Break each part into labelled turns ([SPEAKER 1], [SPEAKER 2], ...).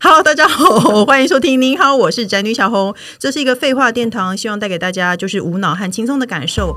[SPEAKER 1] Hello，大家好， 欢迎收听。您好，我是宅女小红，这是一个废话殿堂，希望带给大家就是无脑和轻松的感受。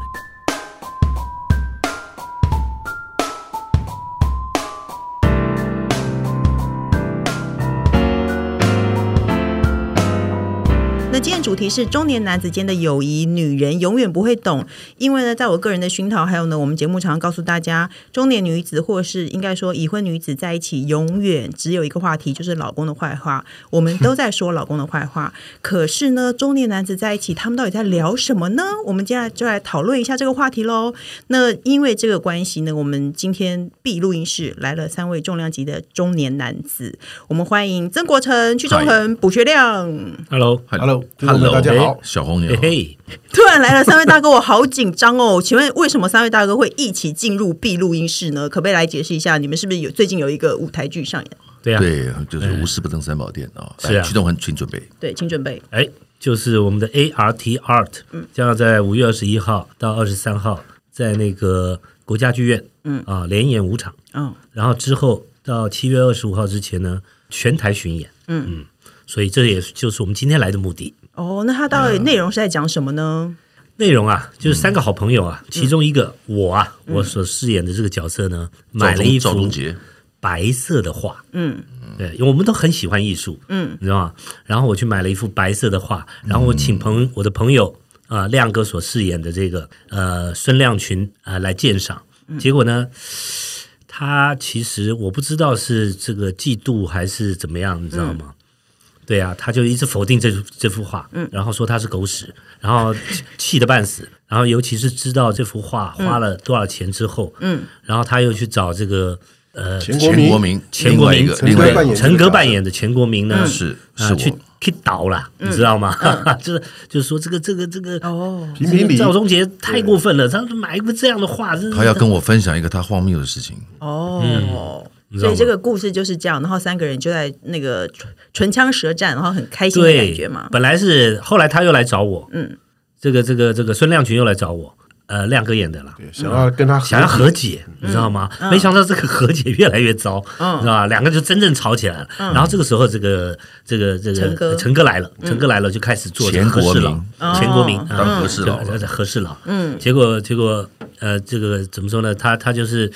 [SPEAKER 1] 那今天主题是中年男子间的友谊，女人永远不会懂。因为呢，在我个人的熏陶，还有呢，我们节目常常告诉大家，中年女子或是应该说已婚女子在一起，永远只有一个话题，就是老公的坏话。我们都在说老公的坏话，可是呢，中年男子在一起，他们到底在聊什么呢？我们接下来就来讨论一下这个话题喽。那因为这个关系呢，我们今天 B 录音室来了三位重量级的中年男子，我们欢迎曾国成、屈中恒、卜学亮。
[SPEAKER 2] Hello，
[SPEAKER 3] Hello，
[SPEAKER 2] 听众朋友大家好
[SPEAKER 3] 小红你
[SPEAKER 2] 嘿
[SPEAKER 3] 好。
[SPEAKER 2] 嘿，
[SPEAKER 1] 突然来了三位大哥，我好紧张哦。 请问为什么三位大哥会一起进入 B 录音室呢？可不可以来解释一下？你们是不是有最近有一个舞台剧上演？
[SPEAKER 2] 对啊，
[SPEAKER 3] 对，就是无事不登三宝殿啊！
[SPEAKER 2] 是啊
[SPEAKER 3] 来，驱动很请准备。
[SPEAKER 1] 对，请准备。
[SPEAKER 2] 哎，就是我们的 ART Art，将要在五月二十一号到二十三号在那个国家剧院，嗯啊，连演五场，
[SPEAKER 1] 嗯，
[SPEAKER 2] 然后之后到七月二十五号之前呢，全台巡演，嗯嗯，所以这也是就是我们今天来的目的。
[SPEAKER 1] 哦，那它到底内容是在讲什么呢？
[SPEAKER 2] 内容啊，就是三个好朋友啊，其中一个我啊，我所饰演的这个角色呢，买了一
[SPEAKER 3] 嗯赵忠赵
[SPEAKER 2] 幅
[SPEAKER 3] 忠杰，
[SPEAKER 2] 白色的画，嗯，对，因为我们都很喜欢艺术，嗯，你知道吗？然后我去买了一幅白色的画，然后我请朋我的朋友啊、呃亮哥所饰演的这个呃孙亮群啊、呃来鉴赏，结果呢，他其实我不知道是这个嫉妒还是怎么样，你知道吗？对啊，他就一直否定这幅这幅画，然后说他是狗屎，然后气气得半死，然后尤其是知道这幅画花了多少钱之后，嗯，然后他又去找这个呃
[SPEAKER 4] 钱国
[SPEAKER 3] 钱
[SPEAKER 4] 民
[SPEAKER 3] 国民，
[SPEAKER 2] 钱
[SPEAKER 3] 另
[SPEAKER 2] 国
[SPEAKER 3] 外一
[SPEAKER 2] 民
[SPEAKER 3] 个，
[SPEAKER 4] 陈
[SPEAKER 3] 另外一
[SPEAKER 4] 陈冠
[SPEAKER 3] 个
[SPEAKER 4] 演
[SPEAKER 2] 陈哥扮演的钱国民
[SPEAKER 1] 嗯
[SPEAKER 2] 呢
[SPEAKER 3] 是
[SPEAKER 2] 啊
[SPEAKER 3] 是
[SPEAKER 2] 去
[SPEAKER 3] 我，
[SPEAKER 2] 去倒了，你知道吗？ 就是就是说这个这个这个
[SPEAKER 1] 哦，
[SPEAKER 4] 评评理，
[SPEAKER 2] 赵忠杰太过分了，他买一个这样的画，真是
[SPEAKER 3] 他要跟我分享一个他荒谬的事情。
[SPEAKER 1] 哦，
[SPEAKER 2] 知道
[SPEAKER 1] 所以
[SPEAKER 2] 吗
[SPEAKER 1] 这个故事就是这样。然后三个人就在那个唇唇枪舌战，然后很开心的感觉嘛。
[SPEAKER 2] 本来是后来他又来找我，
[SPEAKER 1] 嗯，
[SPEAKER 2] 这个这个这个孙亮群又来找我，呃，亮哥演的啦。
[SPEAKER 4] 对想要跟他
[SPEAKER 2] 想要
[SPEAKER 4] 合
[SPEAKER 2] 和解，你知道吗？没想到这个和解越来越糟，
[SPEAKER 1] 嗯
[SPEAKER 2] 你知道吧？两个就真正吵起来了。然后这个时候，这个这个这
[SPEAKER 1] 陈哥嗯
[SPEAKER 2] 个陈哥来了，陈哥来了就开始做这个
[SPEAKER 3] 钱国
[SPEAKER 2] 和事佬
[SPEAKER 3] 民，
[SPEAKER 2] 钱国民
[SPEAKER 1] 哦
[SPEAKER 2] 啊
[SPEAKER 3] 当和事佬了
[SPEAKER 2] 对和事佬。嗯，结果结果呃，这个怎么说呢？他他就是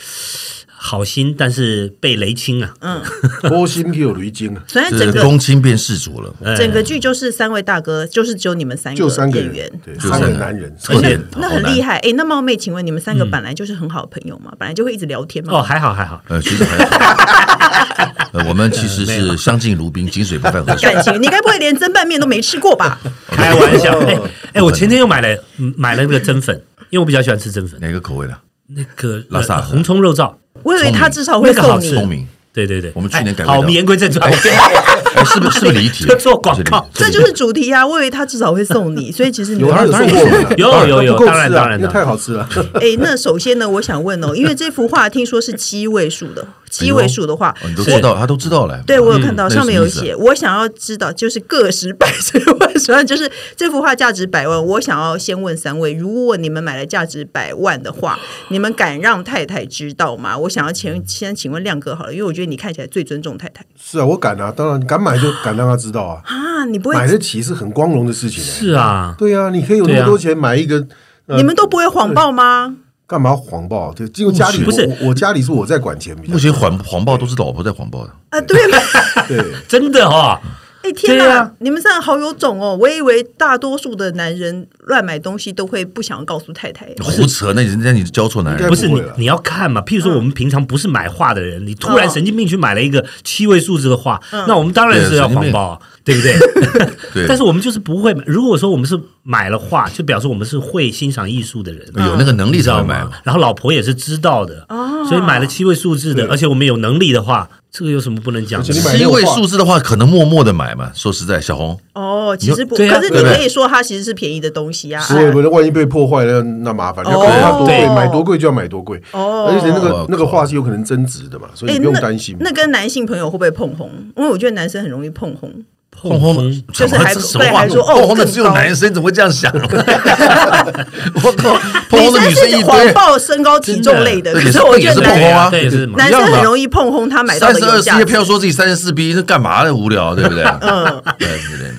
[SPEAKER 2] 好心，但是被雷侵啊。
[SPEAKER 1] 嗯
[SPEAKER 4] 波心有驴精啊，
[SPEAKER 1] 所以
[SPEAKER 3] 这
[SPEAKER 1] 整
[SPEAKER 3] 个
[SPEAKER 1] 个啊
[SPEAKER 3] 公卿变世主了，
[SPEAKER 1] 整个剧就是三位大哥，就是只有你们三
[SPEAKER 4] 就三个
[SPEAKER 1] 演
[SPEAKER 4] 人
[SPEAKER 1] 员。，
[SPEAKER 4] 对，
[SPEAKER 3] 就是
[SPEAKER 4] 三个男人，
[SPEAKER 3] 特点
[SPEAKER 1] 那
[SPEAKER 3] 好
[SPEAKER 1] 很
[SPEAKER 3] 难
[SPEAKER 1] 厉。害哎、那冒昧请问你们三个本来就是很好的朋友嘛，本来就会一直聊天嘛。
[SPEAKER 2] 哦，还好还好，
[SPEAKER 3] 呃，其实还好。呃，我们其实
[SPEAKER 2] 没有
[SPEAKER 3] 是相敬如宾，井水不犯河 水。
[SPEAKER 1] 感情，你该不会连蒸拌面都没吃过吧？
[SPEAKER 2] 开玩笑。
[SPEAKER 3] 哦
[SPEAKER 2] 哎哎，我前天又买了嗯买了那个蒸粉，因为我比较喜欢吃蒸粉，
[SPEAKER 3] 哪个口味的？
[SPEAKER 2] 那个
[SPEAKER 3] 拉萨
[SPEAKER 2] 呃
[SPEAKER 3] 河
[SPEAKER 2] 红葱肉燥。
[SPEAKER 1] 我以为他至少
[SPEAKER 2] 那
[SPEAKER 1] 会
[SPEAKER 2] 个好
[SPEAKER 1] 送
[SPEAKER 2] 吃
[SPEAKER 1] 你。
[SPEAKER 3] 聪明，
[SPEAKER 2] 对对对，
[SPEAKER 3] 我们去年改味
[SPEAKER 2] 哎好，
[SPEAKER 3] 道
[SPEAKER 2] 我们言归 正传。
[SPEAKER 3] 哎，是不是是不是离题
[SPEAKER 2] 这？做广告
[SPEAKER 1] 这就是主题啊！我以为他至少会送你，所以其 实你
[SPEAKER 4] 有他有送过我们啊，
[SPEAKER 2] 有有有
[SPEAKER 4] 不够吃
[SPEAKER 2] 当然
[SPEAKER 4] 啊
[SPEAKER 2] 当然
[SPEAKER 4] 因为太好吃 了，
[SPEAKER 1] 哎，那首先呢，我想问哦，因为这幅画听说是七位数的，七位数的话，
[SPEAKER 3] 哦你都知道，他都知道了。
[SPEAKER 1] 对我有看到
[SPEAKER 3] 嗯
[SPEAKER 1] 上面有
[SPEAKER 3] 那是什么意
[SPEAKER 1] 写，我想要知道就是个十百 十万十万，就是这幅画价值百万，我想要先问三位，如果你们买了价值百万的画，你们敢让太太知道吗？我想要前先请问亮哥好了，因为我觉得你看起来最尊重太太
[SPEAKER 4] 是啊，我敢啊，当然敢买就敢让他知道啊，
[SPEAKER 1] 啊，你不会
[SPEAKER 4] 买得起是很光荣的事情，
[SPEAKER 2] 是，啊，
[SPEAKER 4] 对啊，你可以有那么多钱买一个，呃
[SPEAKER 1] 你们都不会谎报吗？
[SPEAKER 4] 干嘛谎报？啊对，因为家里
[SPEAKER 2] 不是
[SPEAKER 4] 我我家里是我在管钱比
[SPEAKER 3] 思啊
[SPEAKER 4] 较
[SPEAKER 3] 目，前谎谎报都是老婆在谎报的。
[SPEAKER 1] 啊，对 吗？
[SPEAKER 4] 对，
[SPEAKER 2] 真的哦，
[SPEAKER 1] 哎、天
[SPEAKER 2] 对
[SPEAKER 1] 哪！
[SPEAKER 2] 啊
[SPEAKER 1] 你们这样好有种哦！我以为大多数的男人乱买东西都会不想告诉太太。
[SPEAKER 3] 胡扯，那人家你交错男人
[SPEAKER 4] 应该
[SPEAKER 2] 不是
[SPEAKER 4] 不
[SPEAKER 2] 你
[SPEAKER 4] 会了嗯
[SPEAKER 2] 你要看嘛。譬如说，我们平常不是买画的人，你突然神经病去买了一个七位数字的画，那我们当然是要谎报，对不对？
[SPEAKER 3] 对，
[SPEAKER 2] 但是我们就是不会买。如果说我们是买了画，就表示我们是会欣赏艺术的人。
[SPEAKER 3] 有那个能力
[SPEAKER 2] 你知
[SPEAKER 3] 才
[SPEAKER 2] 道
[SPEAKER 3] 会买嘛
[SPEAKER 2] 吗？然后老婆也是知道的，所以买了七位数字的，
[SPEAKER 4] 哦对
[SPEAKER 2] 而且我们有能力的话，这个有什么不能讲的
[SPEAKER 4] 而且？你买
[SPEAKER 3] 七位数字的话，可能默默的买嘛。说实在，小红，
[SPEAKER 1] 哦，其实不，
[SPEAKER 2] 对啊
[SPEAKER 1] 可是你
[SPEAKER 3] 对不
[SPEAKER 1] 可
[SPEAKER 3] 对
[SPEAKER 1] 以说它其实是便宜的东西啊。
[SPEAKER 4] 不会不会，万一被破坏了，那麻烦，
[SPEAKER 1] 哦
[SPEAKER 4] 那可能要多贵，
[SPEAKER 2] 对
[SPEAKER 4] 买多贵就要买多贵，
[SPEAKER 1] 哦
[SPEAKER 4] 而且那
[SPEAKER 3] 我靠
[SPEAKER 4] 个那个画是有可能增值的嘛，所以
[SPEAKER 1] 哎
[SPEAKER 4] 你不用担心。
[SPEAKER 1] 那。那跟男性朋友会不会碰红？因为我觉得男生很容易碰红。
[SPEAKER 2] 碰
[SPEAKER 3] 轰
[SPEAKER 2] 轰，
[SPEAKER 1] 就是还
[SPEAKER 3] 什么
[SPEAKER 1] 对
[SPEAKER 3] 话？
[SPEAKER 1] 还说哦
[SPEAKER 3] 碰轰的
[SPEAKER 1] 更
[SPEAKER 3] 只有
[SPEAKER 1] 高
[SPEAKER 3] 男生，怎么会这样想？啊 我靠，碰轰的
[SPEAKER 1] 女
[SPEAKER 3] 女生
[SPEAKER 1] 是
[SPEAKER 3] 一
[SPEAKER 1] 谎
[SPEAKER 3] 堆，
[SPEAKER 1] 报身高体重类的，
[SPEAKER 3] 真
[SPEAKER 1] 可
[SPEAKER 3] 的
[SPEAKER 1] 是我觉
[SPEAKER 3] 也是
[SPEAKER 1] 得
[SPEAKER 3] 碰
[SPEAKER 1] 男
[SPEAKER 3] 轰啊
[SPEAKER 2] 对，也是嘛
[SPEAKER 1] 男生
[SPEAKER 3] 一样
[SPEAKER 1] 很
[SPEAKER 3] 嘛
[SPEAKER 1] 容易碰轰他买到
[SPEAKER 3] 三
[SPEAKER 1] 的
[SPEAKER 3] 十
[SPEAKER 1] 油
[SPEAKER 3] 二 C
[SPEAKER 1] 价
[SPEAKER 3] 的。票说自己三十四 B，这干嘛呢？无聊，对不对？嗯，对之类的。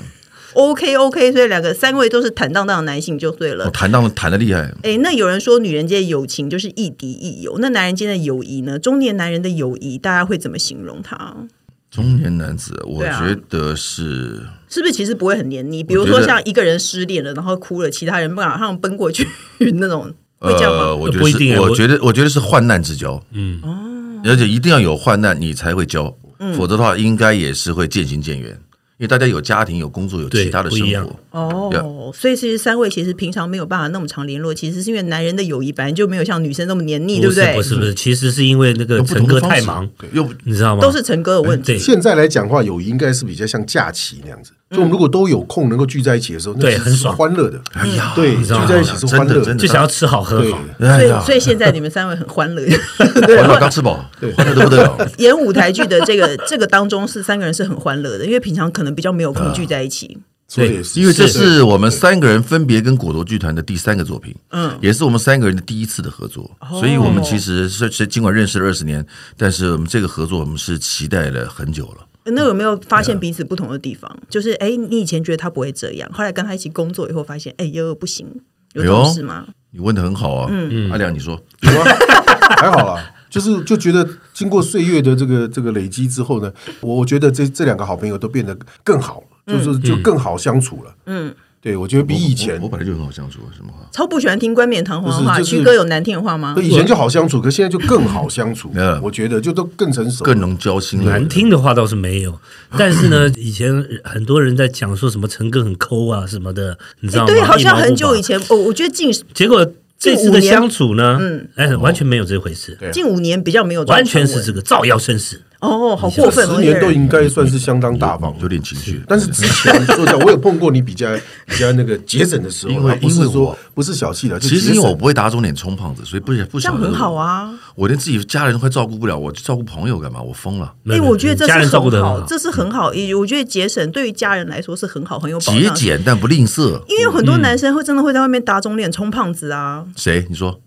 [SPEAKER 1] OK OK，所以两个三位都是坦荡荡的男性就对
[SPEAKER 3] 我
[SPEAKER 1] 了。
[SPEAKER 3] 谈到谈的厉害，
[SPEAKER 1] 哎，那有人说女人间的友情就是亦敌亦友，那男人间的友谊呢？中年男人的友谊，大家会怎么形容他？
[SPEAKER 3] 中年男子，我
[SPEAKER 1] 对啊
[SPEAKER 3] 觉得是
[SPEAKER 1] 是不是其实不会很黏腻？比如
[SPEAKER 3] 我觉
[SPEAKER 1] 说
[SPEAKER 3] 得
[SPEAKER 1] 像一个人失恋了，然后哭了，其他人马上奔过去 那种，会这样
[SPEAKER 3] 呃，
[SPEAKER 1] 吗？
[SPEAKER 3] 我觉
[SPEAKER 2] 不
[SPEAKER 3] 得
[SPEAKER 2] 一定
[SPEAKER 3] 是，
[SPEAKER 2] 啊
[SPEAKER 3] 我
[SPEAKER 2] 我
[SPEAKER 3] 觉得我觉得是患难之交，嗯，而且一定要有患难，你才会交，否则的话应该也是会渐行渐远，因为大家有家庭、有工作、有
[SPEAKER 2] 对
[SPEAKER 3] 其他的
[SPEAKER 2] 不一
[SPEAKER 3] 生
[SPEAKER 2] 样
[SPEAKER 3] 活，
[SPEAKER 1] 哦，所以其实三位其实平常没有办法那么常联络，其实是因为男人的友谊本来就没有像女生那么黏腻，对
[SPEAKER 2] 不是
[SPEAKER 1] 对？
[SPEAKER 2] 不是不是，其实是因为那个
[SPEAKER 3] 有不
[SPEAKER 2] 陈
[SPEAKER 3] 同
[SPEAKER 2] 哥
[SPEAKER 3] 的方
[SPEAKER 2] 太
[SPEAKER 3] 式
[SPEAKER 2] 忙，，
[SPEAKER 3] 又
[SPEAKER 2] 你知道吗？
[SPEAKER 1] 都是陈哥的问题。
[SPEAKER 2] 对
[SPEAKER 4] 现在来讲话，友谊应该是比较像假期那样子。就我们如果都有空能够聚在一起的时候，那
[SPEAKER 2] 对
[SPEAKER 4] 其实
[SPEAKER 2] 很
[SPEAKER 4] 是
[SPEAKER 2] 爽
[SPEAKER 4] 欢乐的。哎呀，对，
[SPEAKER 2] 你
[SPEAKER 4] 聚
[SPEAKER 2] 知道吗
[SPEAKER 4] 在一起是欢乐
[SPEAKER 3] 真的真的
[SPEAKER 2] 就想要吃好喝
[SPEAKER 4] 对
[SPEAKER 2] 好。
[SPEAKER 3] 哎
[SPEAKER 1] 所以，
[SPEAKER 3] 呀，
[SPEAKER 1] 所以现在你们三位很欢乐。
[SPEAKER 3] 欢乐刚吃饱，欢乐的不得了，
[SPEAKER 1] 演舞台剧的这个这个当中，是三个人是很欢乐的，因为平常可能比较没有空聚在一起。
[SPEAKER 4] 说的
[SPEAKER 2] 对
[SPEAKER 4] 也是，
[SPEAKER 3] 因为这是我们三个人分别跟果陀剧团的第三个作品，嗯，也是我们三个人的第一次的合作，所以我们其实是是尽管认识了二十年，但是我们这个合作我们是期待了很久了。
[SPEAKER 1] 那有没有发现彼此不同的地方？就是哎，你以前觉得他不会这样，后来跟他一起工作以后，发现哎，又不行，有这
[SPEAKER 3] 哎
[SPEAKER 1] 种
[SPEAKER 3] 呦
[SPEAKER 1] 事吗？
[SPEAKER 3] 你问的很好啊，嗯，阿良，你说，
[SPEAKER 4] 有啊， 还好啦。就是就觉得经过岁月的这个这个累积之后呢，我我觉得这这两个好朋友都变得更好了，就是就更好相处了。嗯，对，我觉得比以前
[SPEAKER 3] 我我，我本来就很好相处，啊什么话？
[SPEAKER 1] 超不喜欢听冠冕堂皇的话，
[SPEAKER 4] 不是就是
[SPEAKER 1] 菊哥有难听的话吗
[SPEAKER 4] 对？以前就好相处，可现在就更好相处
[SPEAKER 3] 嗯。
[SPEAKER 4] 我觉得就都更成熟，
[SPEAKER 3] 更能交心了。
[SPEAKER 2] 难听的话倒是没有，但是呢， 以前很多人在讲说什么陈哥很抠啊什么的，你知道
[SPEAKER 1] 哎
[SPEAKER 2] 吗？
[SPEAKER 1] 对，好
[SPEAKER 2] 一毛
[SPEAKER 1] 像
[SPEAKER 2] 不
[SPEAKER 1] 很久
[SPEAKER 2] 拔
[SPEAKER 1] 以前，哦，我觉得近
[SPEAKER 2] 结果这次的相处呢，嗯，哎，完全没有这回事，
[SPEAKER 4] 对
[SPEAKER 1] 近五年比较没有这种
[SPEAKER 2] 完全是
[SPEAKER 1] 传闻
[SPEAKER 2] 这个造谣生事。
[SPEAKER 1] 哦，好过分哦！
[SPEAKER 4] 十年都应该算是相当大方
[SPEAKER 3] 嗯有。有点情绪，
[SPEAKER 4] 但是之前 说实在，我有碰过你比较比较那个节省的时候，
[SPEAKER 3] 因为
[SPEAKER 4] 他不
[SPEAKER 3] 因为
[SPEAKER 4] 是说
[SPEAKER 3] 我
[SPEAKER 4] 不是小气了，就
[SPEAKER 3] 其
[SPEAKER 4] 节
[SPEAKER 3] 实因
[SPEAKER 4] 省
[SPEAKER 3] 为我不会打肿脸充胖子，所以不不
[SPEAKER 1] 这
[SPEAKER 3] 晓
[SPEAKER 1] 样
[SPEAKER 3] 得
[SPEAKER 1] 很好。啊。
[SPEAKER 3] 我连自己家人都快照顾不了，我去照顾朋友干嘛？我疯了。
[SPEAKER 1] 哎、
[SPEAKER 2] 没有
[SPEAKER 1] 我觉得这
[SPEAKER 2] 家人
[SPEAKER 1] 是
[SPEAKER 2] 照顾
[SPEAKER 1] 很
[SPEAKER 2] 的
[SPEAKER 1] 好，
[SPEAKER 2] 很好，
[SPEAKER 1] 这是很好。也我觉得节省对于家人来说是很好，很有保
[SPEAKER 3] 节
[SPEAKER 1] 障。
[SPEAKER 3] 俭但不吝啬。
[SPEAKER 1] 因为有很多男生会真的会在外面打肿脸充胖子啊，
[SPEAKER 3] 谁？你说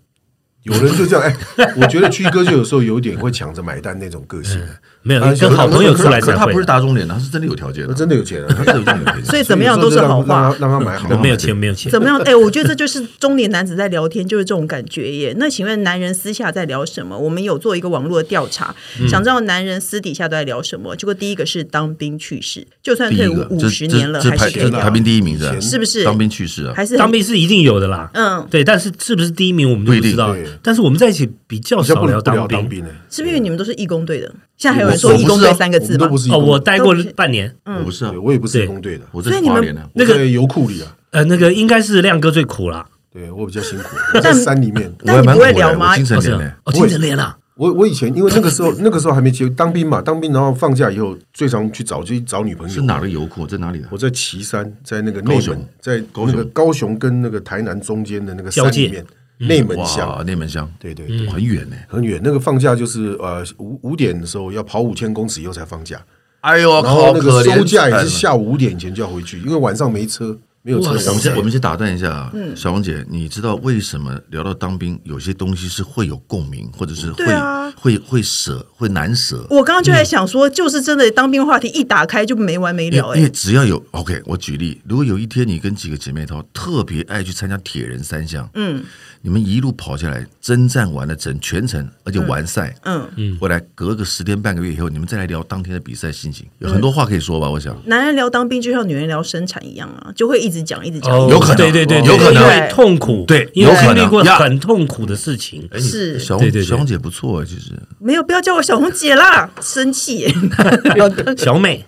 [SPEAKER 4] 有人就这样。哎，我觉得曲哥就有时候有点会抢着买单那种个性，
[SPEAKER 2] 没有
[SPEAKER 4] 啊
[SPEAKER 2] 跟好朋友出来
[SPEAKER 3] 可
[SPEAKER 2] 才
[SPEAKER 3] 他
[SPEAKER 2] 会
[SPEAKER 3] 不是。打肿脸的，他是真的有条件
[SPEAKER 4] 那
[SPEAKER 3] 的，
[SPEAKER 4] 真的有钱
[SPEAKER 3] 他
[SPEAKER 4] 啊。
[SPEAKER 3] 嗯真的有这种条
[SPEAKER 1] 所
[SPEAKER 3] 件。
[SPEAKER 1] 以怎么样都是好话
[SPEAKER 4] 让。他让他买好
[SPEAKER 2] 我，
[SPEAKER 4] 啊
[SPEAKER 2] 没有钱，没 有钱，
[SPEAKER 1] 怎么样？哎、我觉得这就是中年男子在聊天，就是这种感觉耶。那请问男人私下在聊什么？我们有做一个网络的调查，
[SPEAKER 3] 嗯
[SPEAKER 1] 想知道男人私底下都在聊什么。结果第一个是当兵去世，就算
[SPEAKER 3] 第
[SPEAKER 1] 退
[SPEAKER 3] 一
[SPEAKER 1] 伍
[SPEAKER 3] 个，
[SPEAKER 1] 五
[SPEAKER 3] 这
[SPEAKER 1] 十年
[SPEAKER 3] 这
[SPEAKER 1] 了，
[SPEAKER 3] 这
[SPEAKER 1] 还
[SPEAKER 3] 排
[SPEAKER 1] 是可以
[SPEAKER 3] 这
[SPEAKER 1] 聊
[SPEAKER 3] 排名第一名是吧
[SPEAKER 1] 是不是？
[SPEAKER 3] 当兵去世啊，
[SPEAKER 1] 还是
[SPEAKER 2] 当兵是一定有的啦，
[SPEAKER 1] 嗯
[SPEAKER 2] 对，但是是不是第一名我们就
[SPEAKER 3] 不一
[SPEAKER 2] 不
[SPEAKER 3] 定
[SPEAKER 2] 知道
[SPEAKER 4] 对，
[SPEAKER 2] 但是我们在一起比较
[SPEAKER 4] 比较
[SPEAKER 2] 少
[SPEAKER 4] 不
[SPEAKER 2] 聊
[SPEAKER 4] 了不了
[SPEAKER 2] 当
[SPEAKER 4] 当
[SPEAKER 2] 兵。
[SPEAKER 4] 兵啊呢。
[SPEAKER 1] 是不是因为你们都是义工队的？现在还有
[SPEAKER 3] 我
[SPEAKER 1] 人说
[SPEAKER 3] 我不
[SPEAKER 1] 义工
[SPEAKER 3] 是
[SPEAKER 1] 队
[SPEAKER 3] 啊
[SPEAKER 1] 三个
[SPEAKER 4] 我
[SPEAKER 1] 字
[SPEAKER 4] 们
[SPEAKER 1] 吗
[SPEAKER 4] 都？不是义
[SPEAKER 2] 哦，
[SPEAKER 4] 工
[SPEAKER 2] 我待过
[SPEAKER 1] 都是
[SPEAKER 2] 半年，
[SPEAKER 3] 我不是啊
[SPEAKER 4] 对，我也不是义工队的，
[SPEAKER 3] 我
[SPEAKER 1] 所
[SPEAKER 3] 这
[SPEAKER 1] 以
[SPEAKER 3] 是
[SPEAKER 1] 你
[SPEAKER 3] 花
[SPEAKER 1] 们
[SPEAKER 3] 莲的。
[SPEAKER 4] 我
[SPEAKER 2] 那个
[SPEAKER 4] 在油库里啊。
[SPEAKER 2] 呃，那个应该是亮哥最苦了，
[SPEAKER 4] 对我比较辛苦，我在
[SPEAKER 1] 但
[SPEAKER 4] 山里面。
[SPEAKER 1] 但你不会聊吗
[SPEAKER 3] 哎我精神
[SPEAKER 2] 哦是
[SPEAKER 3] 连
[SPEAKER 2] 啊
[SPEAKER 3] 的，
[SPEAKER 2] 哦，
[SPEAKER 4] 不会
[SPEAKER 2] 金城连啊，
[SPEAKER 4] 我我以前因为那个时候那个时候还没结当兵嘛，当兵然后放假以后最常去找就找女朋友。
[SPEAKER 3] 是哪？个油库？在哪里的？啊
[SPEAKER 4] 我在岐山，在那个内
[SPEAKER 3] 高
[SPEAKER 4] 门
[SPEAKER 3] 雄，
[SPEAKER 4] 在那个高雄跟那个台南中间的那个山里面，内门
[SPEAKER 3] 哇，
[SPEAKER 4] 乡。
[SPEAKER 3] 内门乡，
[SPEAKER 4] 嗯对对对，
[SPEAKER 3] 很远呢。
[SPEAKER 4] 很远。那个放假就是呃五五点的时候要跑五千公尺以后才放假，
[SPEAKER 3] 哎呦，
[SPEAKER 4] 然后
[SPEAKER 3] 好
[SPEAKER 4] 那
[SPEAKER 3] 可
[SPEAKER 4] 个
[SPEAKER 3] 怜。
[SPEAKER 4] 收假也是下午五点以前就要回去，因为晚上没车，没有车
[SPEAKER 3] 哇我
[SPEAKER 4] 上
[SPEAKER 3] 们
[SPEAKER 4] 山
[SPEAKER 3] 先我们先打断一下啊，
[SPEAKER 1] 嗯
[SPEAKER 3] 小王姐，你知道为什么聊到当兵，有些东西是会有共鸣，或者是会、
[SPEAKER 1] 对啊
[SPEAKER 3] 会会舍会难舍？
[SPEAKER 1] 我刚刚就在想说，就是真的当兵话题一打开就没完没
[SPEAKER 3] 因
[SPEAKER 1] 了
[SPEAKER 3] 为
[SPEAKER 1] 哎、
[SPEAKER 3] 因为只要有 OK，我举例，如果有一天你跟几个姐妹淘特别爱去参加铁人三项，嗯，你们一路跑下来，征战完了整全程，而且完赛，
[SPEAKER 1] 嗯
[SPEAKER 3] 嗯，回来隔个十天半个月以后，你们再来聊当天的比赛心情，有很
[SPEAKER 1] 嗯
[SPEAKER 3] 多话可以说吧？我想，
[SPEAKER 1] 男人聊当兵就像女人聊生产一样啊，就会一直讲一直讲。
[SPEAKER 2] 哦
[SPEAKER 1] 一直
[SPEAKER 3] 有可能
[SPEAKER 2] 对对对，
[SPEAKER 3] 有可
[SPEAKER 1] 能
[SPEAKER 2] 因为痛苦，
[SPEAKER 3] 对
[SPEAKER 2] 因为
[SPEAKER 3] 有可
[SPEAKER 2] 经
[SPEAKER 3] 能
[SPEAKER 2] 历过
[SPEAKER 3] 呀
[SPEAKER 2] 很痛苦的事情，
[SPEAKER 1] 讲是
[SPEAKER 3] 小
[SPEAKER 2] 对对对
[SPEAKER 3] 小王姐不错，啊其实
[SPEAKER 1] 没有，不要叫我小红姐啦，生气耶、啊
[SPEAKER 2] 小美，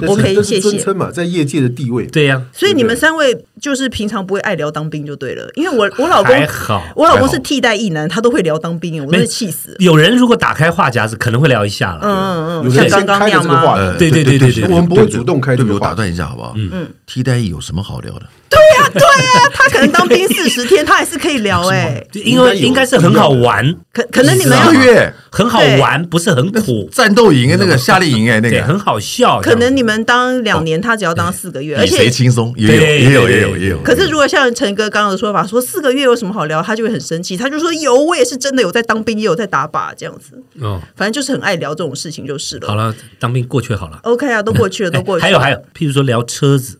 [SPEAKER 4] 但是
[SPEAKER 1] OK，
[SPEAKER 4] 但是
[SPEAKER 1] 谢谢
[SPEAKER 4] 尊称嘛，在业界的地位，
[SPEAKER 2] 对呀，
[SPEAKER 1] 所以你们三位就是平常不会爱聊当兵就对了，因为我我老公
[SPEAKER 2] 还好
[SPEAKER 1] 我老公是替代役男，他都会聊当兵，我真是气死了。
[SPEAKER 2] 有人如果打开话匣子，可能会聊一下了，
[SPEAKER 1] 嗯嗯，
[SPEAKER 4] 有
[SPEAKER 1] 嗯，
[SPEAKER 4] 人
[SPEAKER 1] 像
[SPEAKER 4] 先
[SPEAKER 1] 刚刚那
[SPEAKER 4] 开了
[SPEAKER 1] 样
[SPEAKER 4] 这个话
[SPEAKER 1] 吗？
[SPEAKER 2] 呃对对对对对
[SPEAKER 4] 我们不会
[SPEAKER 3] 对
[SPEAKER 4] 主动开这
[SPEAKER 3] 对不
[SPEAKER 4] 个
[SPEAKER 3] 起，我打
[SPEAKER 4] 话
[SPEAKER 3] 断一下好不好？嗯嗯，替代役有什么好聊的？
[SPEAKER 1] 对啊，他可能当兵四十天，他还是可以聊哎、
[SPEAKER 2] 就因为
[SPEAKER 4] 应该有
[SPEAKER 2] 应该是很好玩，啊
[SPEAKER 1] 可可能你们
[SPEAKER 3] 四
[SPEAKER 1] 要
[SPEAKER 3] 个月，
[SPEAKER 2] 很好玩，不是很苦，
[SPEAKER 3] 战斗营哎，那个夏令营哎，那
[SPEAKER 2] 对，
[SPEAKER 3] 个
[SPEAKER 2] 很好笑。
[SPEAKER 1] 可能你们当两年，他只要当四个
[SPEAKER 2] 哦
[SPEAKER 1] 月，而
[SPEAKER 3] 比谁
[SPEAKER 1] 且。
[SPEAKER 3] 轻松也有
[SPEAKER 2] 对
[SPEAKER 3] 也有
[SPEAKER 2] 对
[SPEAKER 3] 也有也有。
[SPEAKER 1] 可是，如果像陈哥刚刚的说法，说四个月有什么好聊，他就会很生气，他就说有，我也是真的有在当兵，也有在打靶这样子，
[SPEAKER 2] 这样哦，
[SPEAKER 1] 反正就是很爱聊这种事情就是了。
[SPEAKER 2] 好了，当兵过去好了。哎
[SPEAKER 1] o k 啊，都过去了，都过去了。
[SPEAKER 2] 还有还有，譬如说聊车子，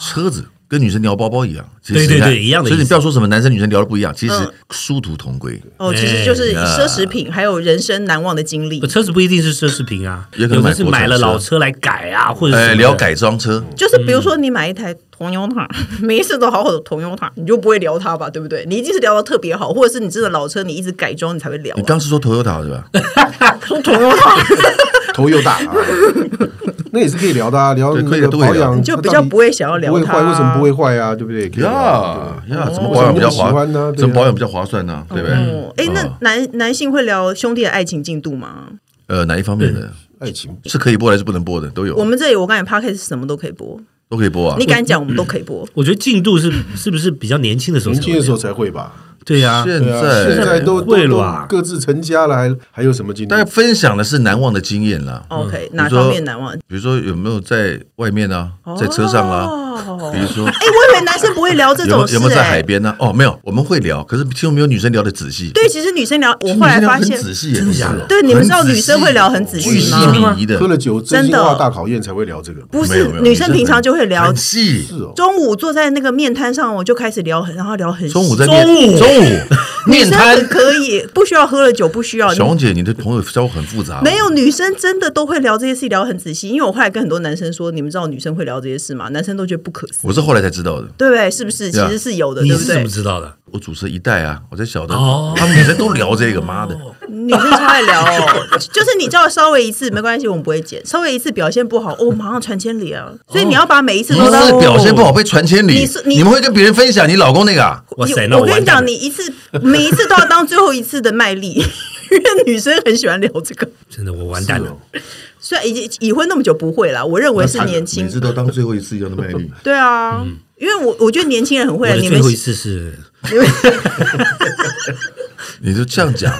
[SPEAKER 3] 车子跟女生聊包包一样，其
[SPEAKER 2] 对
[SPEAKER 3] 实
[SPEAKER 2] 对
[SPEAKER 3] 你看
[SPEAKER 2] 对一样的
[SPEAKER 3] 所以
[SPEAKER 2] 意
[SPEAKER 3] 你
[SPEAKER 2] 思
[SPEAKER 3] 不要说什么男生女生聊的不一样，其实
[SPEAKER 1] 嗯
[SPEAKER 3] 殊途同归。
[SPEAKER 1] 哦，
[SPEAKER 2] 哎
[SPEAKER 1] 其实就是
[SPEAKER 3] 呀
[SPEAKER 1] 奢侈品，还有人生难忘的经历
[SPEAKER 2] 不。车子不一定是奢侈品啊，
[SPEAKER 3] 也可能
[SPEAKER 2] 有的是
[SPEAKER 3] 买国
[SPEAKER 2] 买
[SPEAKER 3] 产
[SPEAKER 2] 了
[SPEAKER 3] 车
[SPEAKER 2] 老车来改啊，或者什么
[SPEAKER 3] 哎，
[SPEAKER 2] 的
[SPEAKER 3] 聊改装车，
[SPEAKER 1] 就是比
[SPEAKER 3] 嗯
[SPEAKER 1] 如说，你买一台 Toyota，、每 一次都好好的 Toyota，你就不会聊它吧，对不对？你一定是聊到特别好，或者是你真的老车，你一直改装，你才会聊、
[SPEAKER 3] 你
[SPEAKER 1] 啊。
[SPEAKER 3] 刚是说 Toyota 是吧？
[SPEAKER 1] 说 Toyota，
[SPEAKER 4] 头又 大啊，那也是可以聊的啊，聊
[SPEAKER 3] 对可
[SPEAKER 4] 那
[SPEAKER 3] 以
[SPEAKER 4] 个
[SPEAKER 3] 都会
[SPEAKER 4] 保
[SPEAKER 3] 聊
[SPEAKER 4] 养，
[SPEAKER 1] 你就比较不会想要聊啊
[SPEAKER 4] 不会
[SPEAKER 1] 它。
[SPEAKER 4] 坏，为什么不会？坏啊？对不对？可以聊啊
[SPEAKER 3] 呀呀，怎么
[SPEAKER 4] 哦
[SPEAKER 3] 保养比较
[SPEAKER 4] 我喜
[SPEAKER 3] 划
[SPEAKER 4] 欢呢？对
[SPEAKER 3] 怎
[SPEAKER 4] 啊
[SPEAKER 3] 么保养比较划算呢？对不对？嗯
[SPEAKER 1] 哦，哎，那男男性会聊兄弟的爱情进度吗？
[SPEAKER 3] 呃，哪一方面的
[SPEAKER 4] 爱情
[SPEAKER 3] 是可以播还是不能播的都有
[SPEAKER 1] 我，们这里我刚才 p o c a s t 什么都可以播，
[SPEAKER 3] 都可以播啊
[SPEAKER 1] 你。敢讲我们都可以播。
[SPEAKER 2] 我觉得进度是是不是比较年轻的时候才
[SPEAKER 4] 年
[SPEAKER 2] 会聊？
[SPEAKER 4] 轻的时候才会吧？
[SPEAKER 2] 对呀、
[SPEAKER 3] 现
[SPEAKER 4] 对啊，现在
[SPEAKER 3] 在
[SPEAKER 4] 都
[SPEAKER 2] 会
[SPEAKER 4] 都
[SPEAKER 2] 了
[SPEAKER 4] 都
[SPEAKER 2] 啊
[SPEAKER 4] 各自成家了，还还有什么经历
[SPEAKER 3] 大？概分享的是难忘的经验啦，
[SPEAKER 1] OK，
[SPEAKER 3] 嗯说
[SPEAKER 1] 哪方面难忘？
[SPEAKER 3] 比如说有没有在外面啊，在车上啦，
[SPEAKER 1] 哦
[SPEAKER 3] 比如说
[SPEAKER 1] 哎，我以为男生不会聊 这
[SPEAKER 3] 有没
[SPEAKER 1] 种
[SPEAKER 3] 有
[SPEAKER 1] 事，
[SPEAKER 3] 有没有在
[SPEAKER 1] 哎
[SPEAKER 3] 海边呢？哦，没有，我们会聊，可是听说没有女生聊的仔细。
[SPEAKER 1] 对，其实女生聊，我
[SPEAKER 3] 女
[SPEAKER 1] 后来
[SPEAKER 3] 生聊
[SPEAKER 1] 发
[SPEAKER 3] 很
[SPEAKER 1] 现，
[SPEAKER 3] 仔细耶，
[SPEAKER 2] 真的假的
[SPEAKER 3] 不是
[SPEAKER 1] 对你们知道
[SPEAKER 3] 很仔
[SPEAKER 1] 女生
[SPEAKER 3] 细
[SPEAKER 1] 会聊很仔
[SPEAKER 3] 巨
[SPEAKER 1] 细
[SPEAKER 3] 细
[SPEAKER 1] 吗
[SPEAKER 3] 靡遗的，
[SPEAKER 4] 喝了酒真
[SPEAKER 1] 真
[SPEAKER 4] 心
[SPEAKER 1] 的
[SPEAKER 4] 话大考验才会聊这个，
[SPEAKER 1] 不
[SPEAKER 3] 没有
[SPEAKER 1] 是
[SPEAKER 3] 没有
[SPEAKER 1] 女生平常
[SPEAKER 3] 很
[SPEAKER 1] 就会聊
[SPEAKER 3] 很。细。
[SPEAKER 4] 是哦。
[SPEAKER 1] 中午坐在那个面摊上，我就开始聊很，然后聊很细。
[SPEAKER 3] 中午在
[SPEAKER 2] 中
[SPEAKER 3] 面
[SPEAKER 2] 午
[SPEAKER 3] 中 午
[SPEAKER 1] 女
[SPEAKER 3] 面
[SPEAKER 1] 生
[SPEAKER 3] 摊
[SPEAKER 1] 很，可以，不需要喝了酒，不需要。
[SPEAKER 3] 小红姐，你的朋友交很复杂，哦
[SPEAKER 1] 没有女生真的都会聊这些事，聊很仔细。因为我后来跟很多男生说，你们知道女生会聊这些事吗？男生都觉得不可思议，
[SPEAKER 3] 我是后来才知道的。
[SPEAKER 1] 对不对？是不是？其
[SPEAKER 3] Yeah
[SPEAKER 1] 实是有的，
[SPEAKER 2] 你
[SPEAKER 1] 对
[SPEAKER 2] 是
[SPEAKER 1] 不
[SPEAKER 2] 怎
[SPEAKER 1] 对
[SPEAKER 2] 么？知道的？
[SPEAKER 3] 我主持一代啊，我才晓得
[SPEAKER 2] 哦，
[SPEAKER 3] 他们女生都聊这个，妈的，
[SPEAKER 1] 女生超爱聊哦，就是你叫稍微一次没关系，我们不会剪。稍微一次表现不好，哦，马上传千里啊！所以你要把每一次
[SPEAKER 3] 一
[SPEAKER 1] 都当哦
[SPEAKER 3] 次哦表现不好被传千里
[SPEAKER 1] 你是，你
[SPEAKER 3] 你们会跟别人分享你老公那个啊？
[SPEAKER 2] 哇塞，
[SPEAKER 1] 有
[SPEAKER 2] 那
[SPEAKER 1] 我跟
[SPEAKER 2] 完
[SPEAKER 1] 你
[SPEAKER 2] 蛋
[SPEAKER 1] 讲，
[SPEAKER 2] 了
[SPEAKER 1] 你一次每一次都要当最后一次的卖力， 因为女生很喜欢聊这个。
[SPEAKER 2] 真的我完蛋
[SPEAKER 1] 哦
[SPEAKER 2] 了。
[SPEAKER 1] 虽然已经已婚那么久不会啦，我认为是年轻
[SPEAKER 3] 每。次都当最后一次一样的卖力。
[SPEAKER 1] 对啊，因为我我觉得年轻人很
[SPEAKER 2] 嗯我
[SPEAKER 1] 会啊。
[SPEAKER 2] 的
[SPEAKER 1] 你
[SPEAKER 2] 最
[SPEAKER 1] 们
[SPEAKER 2] 后一次是
[SPEAKER 1] 你们
[SPEAKER 3] 你就这样讲，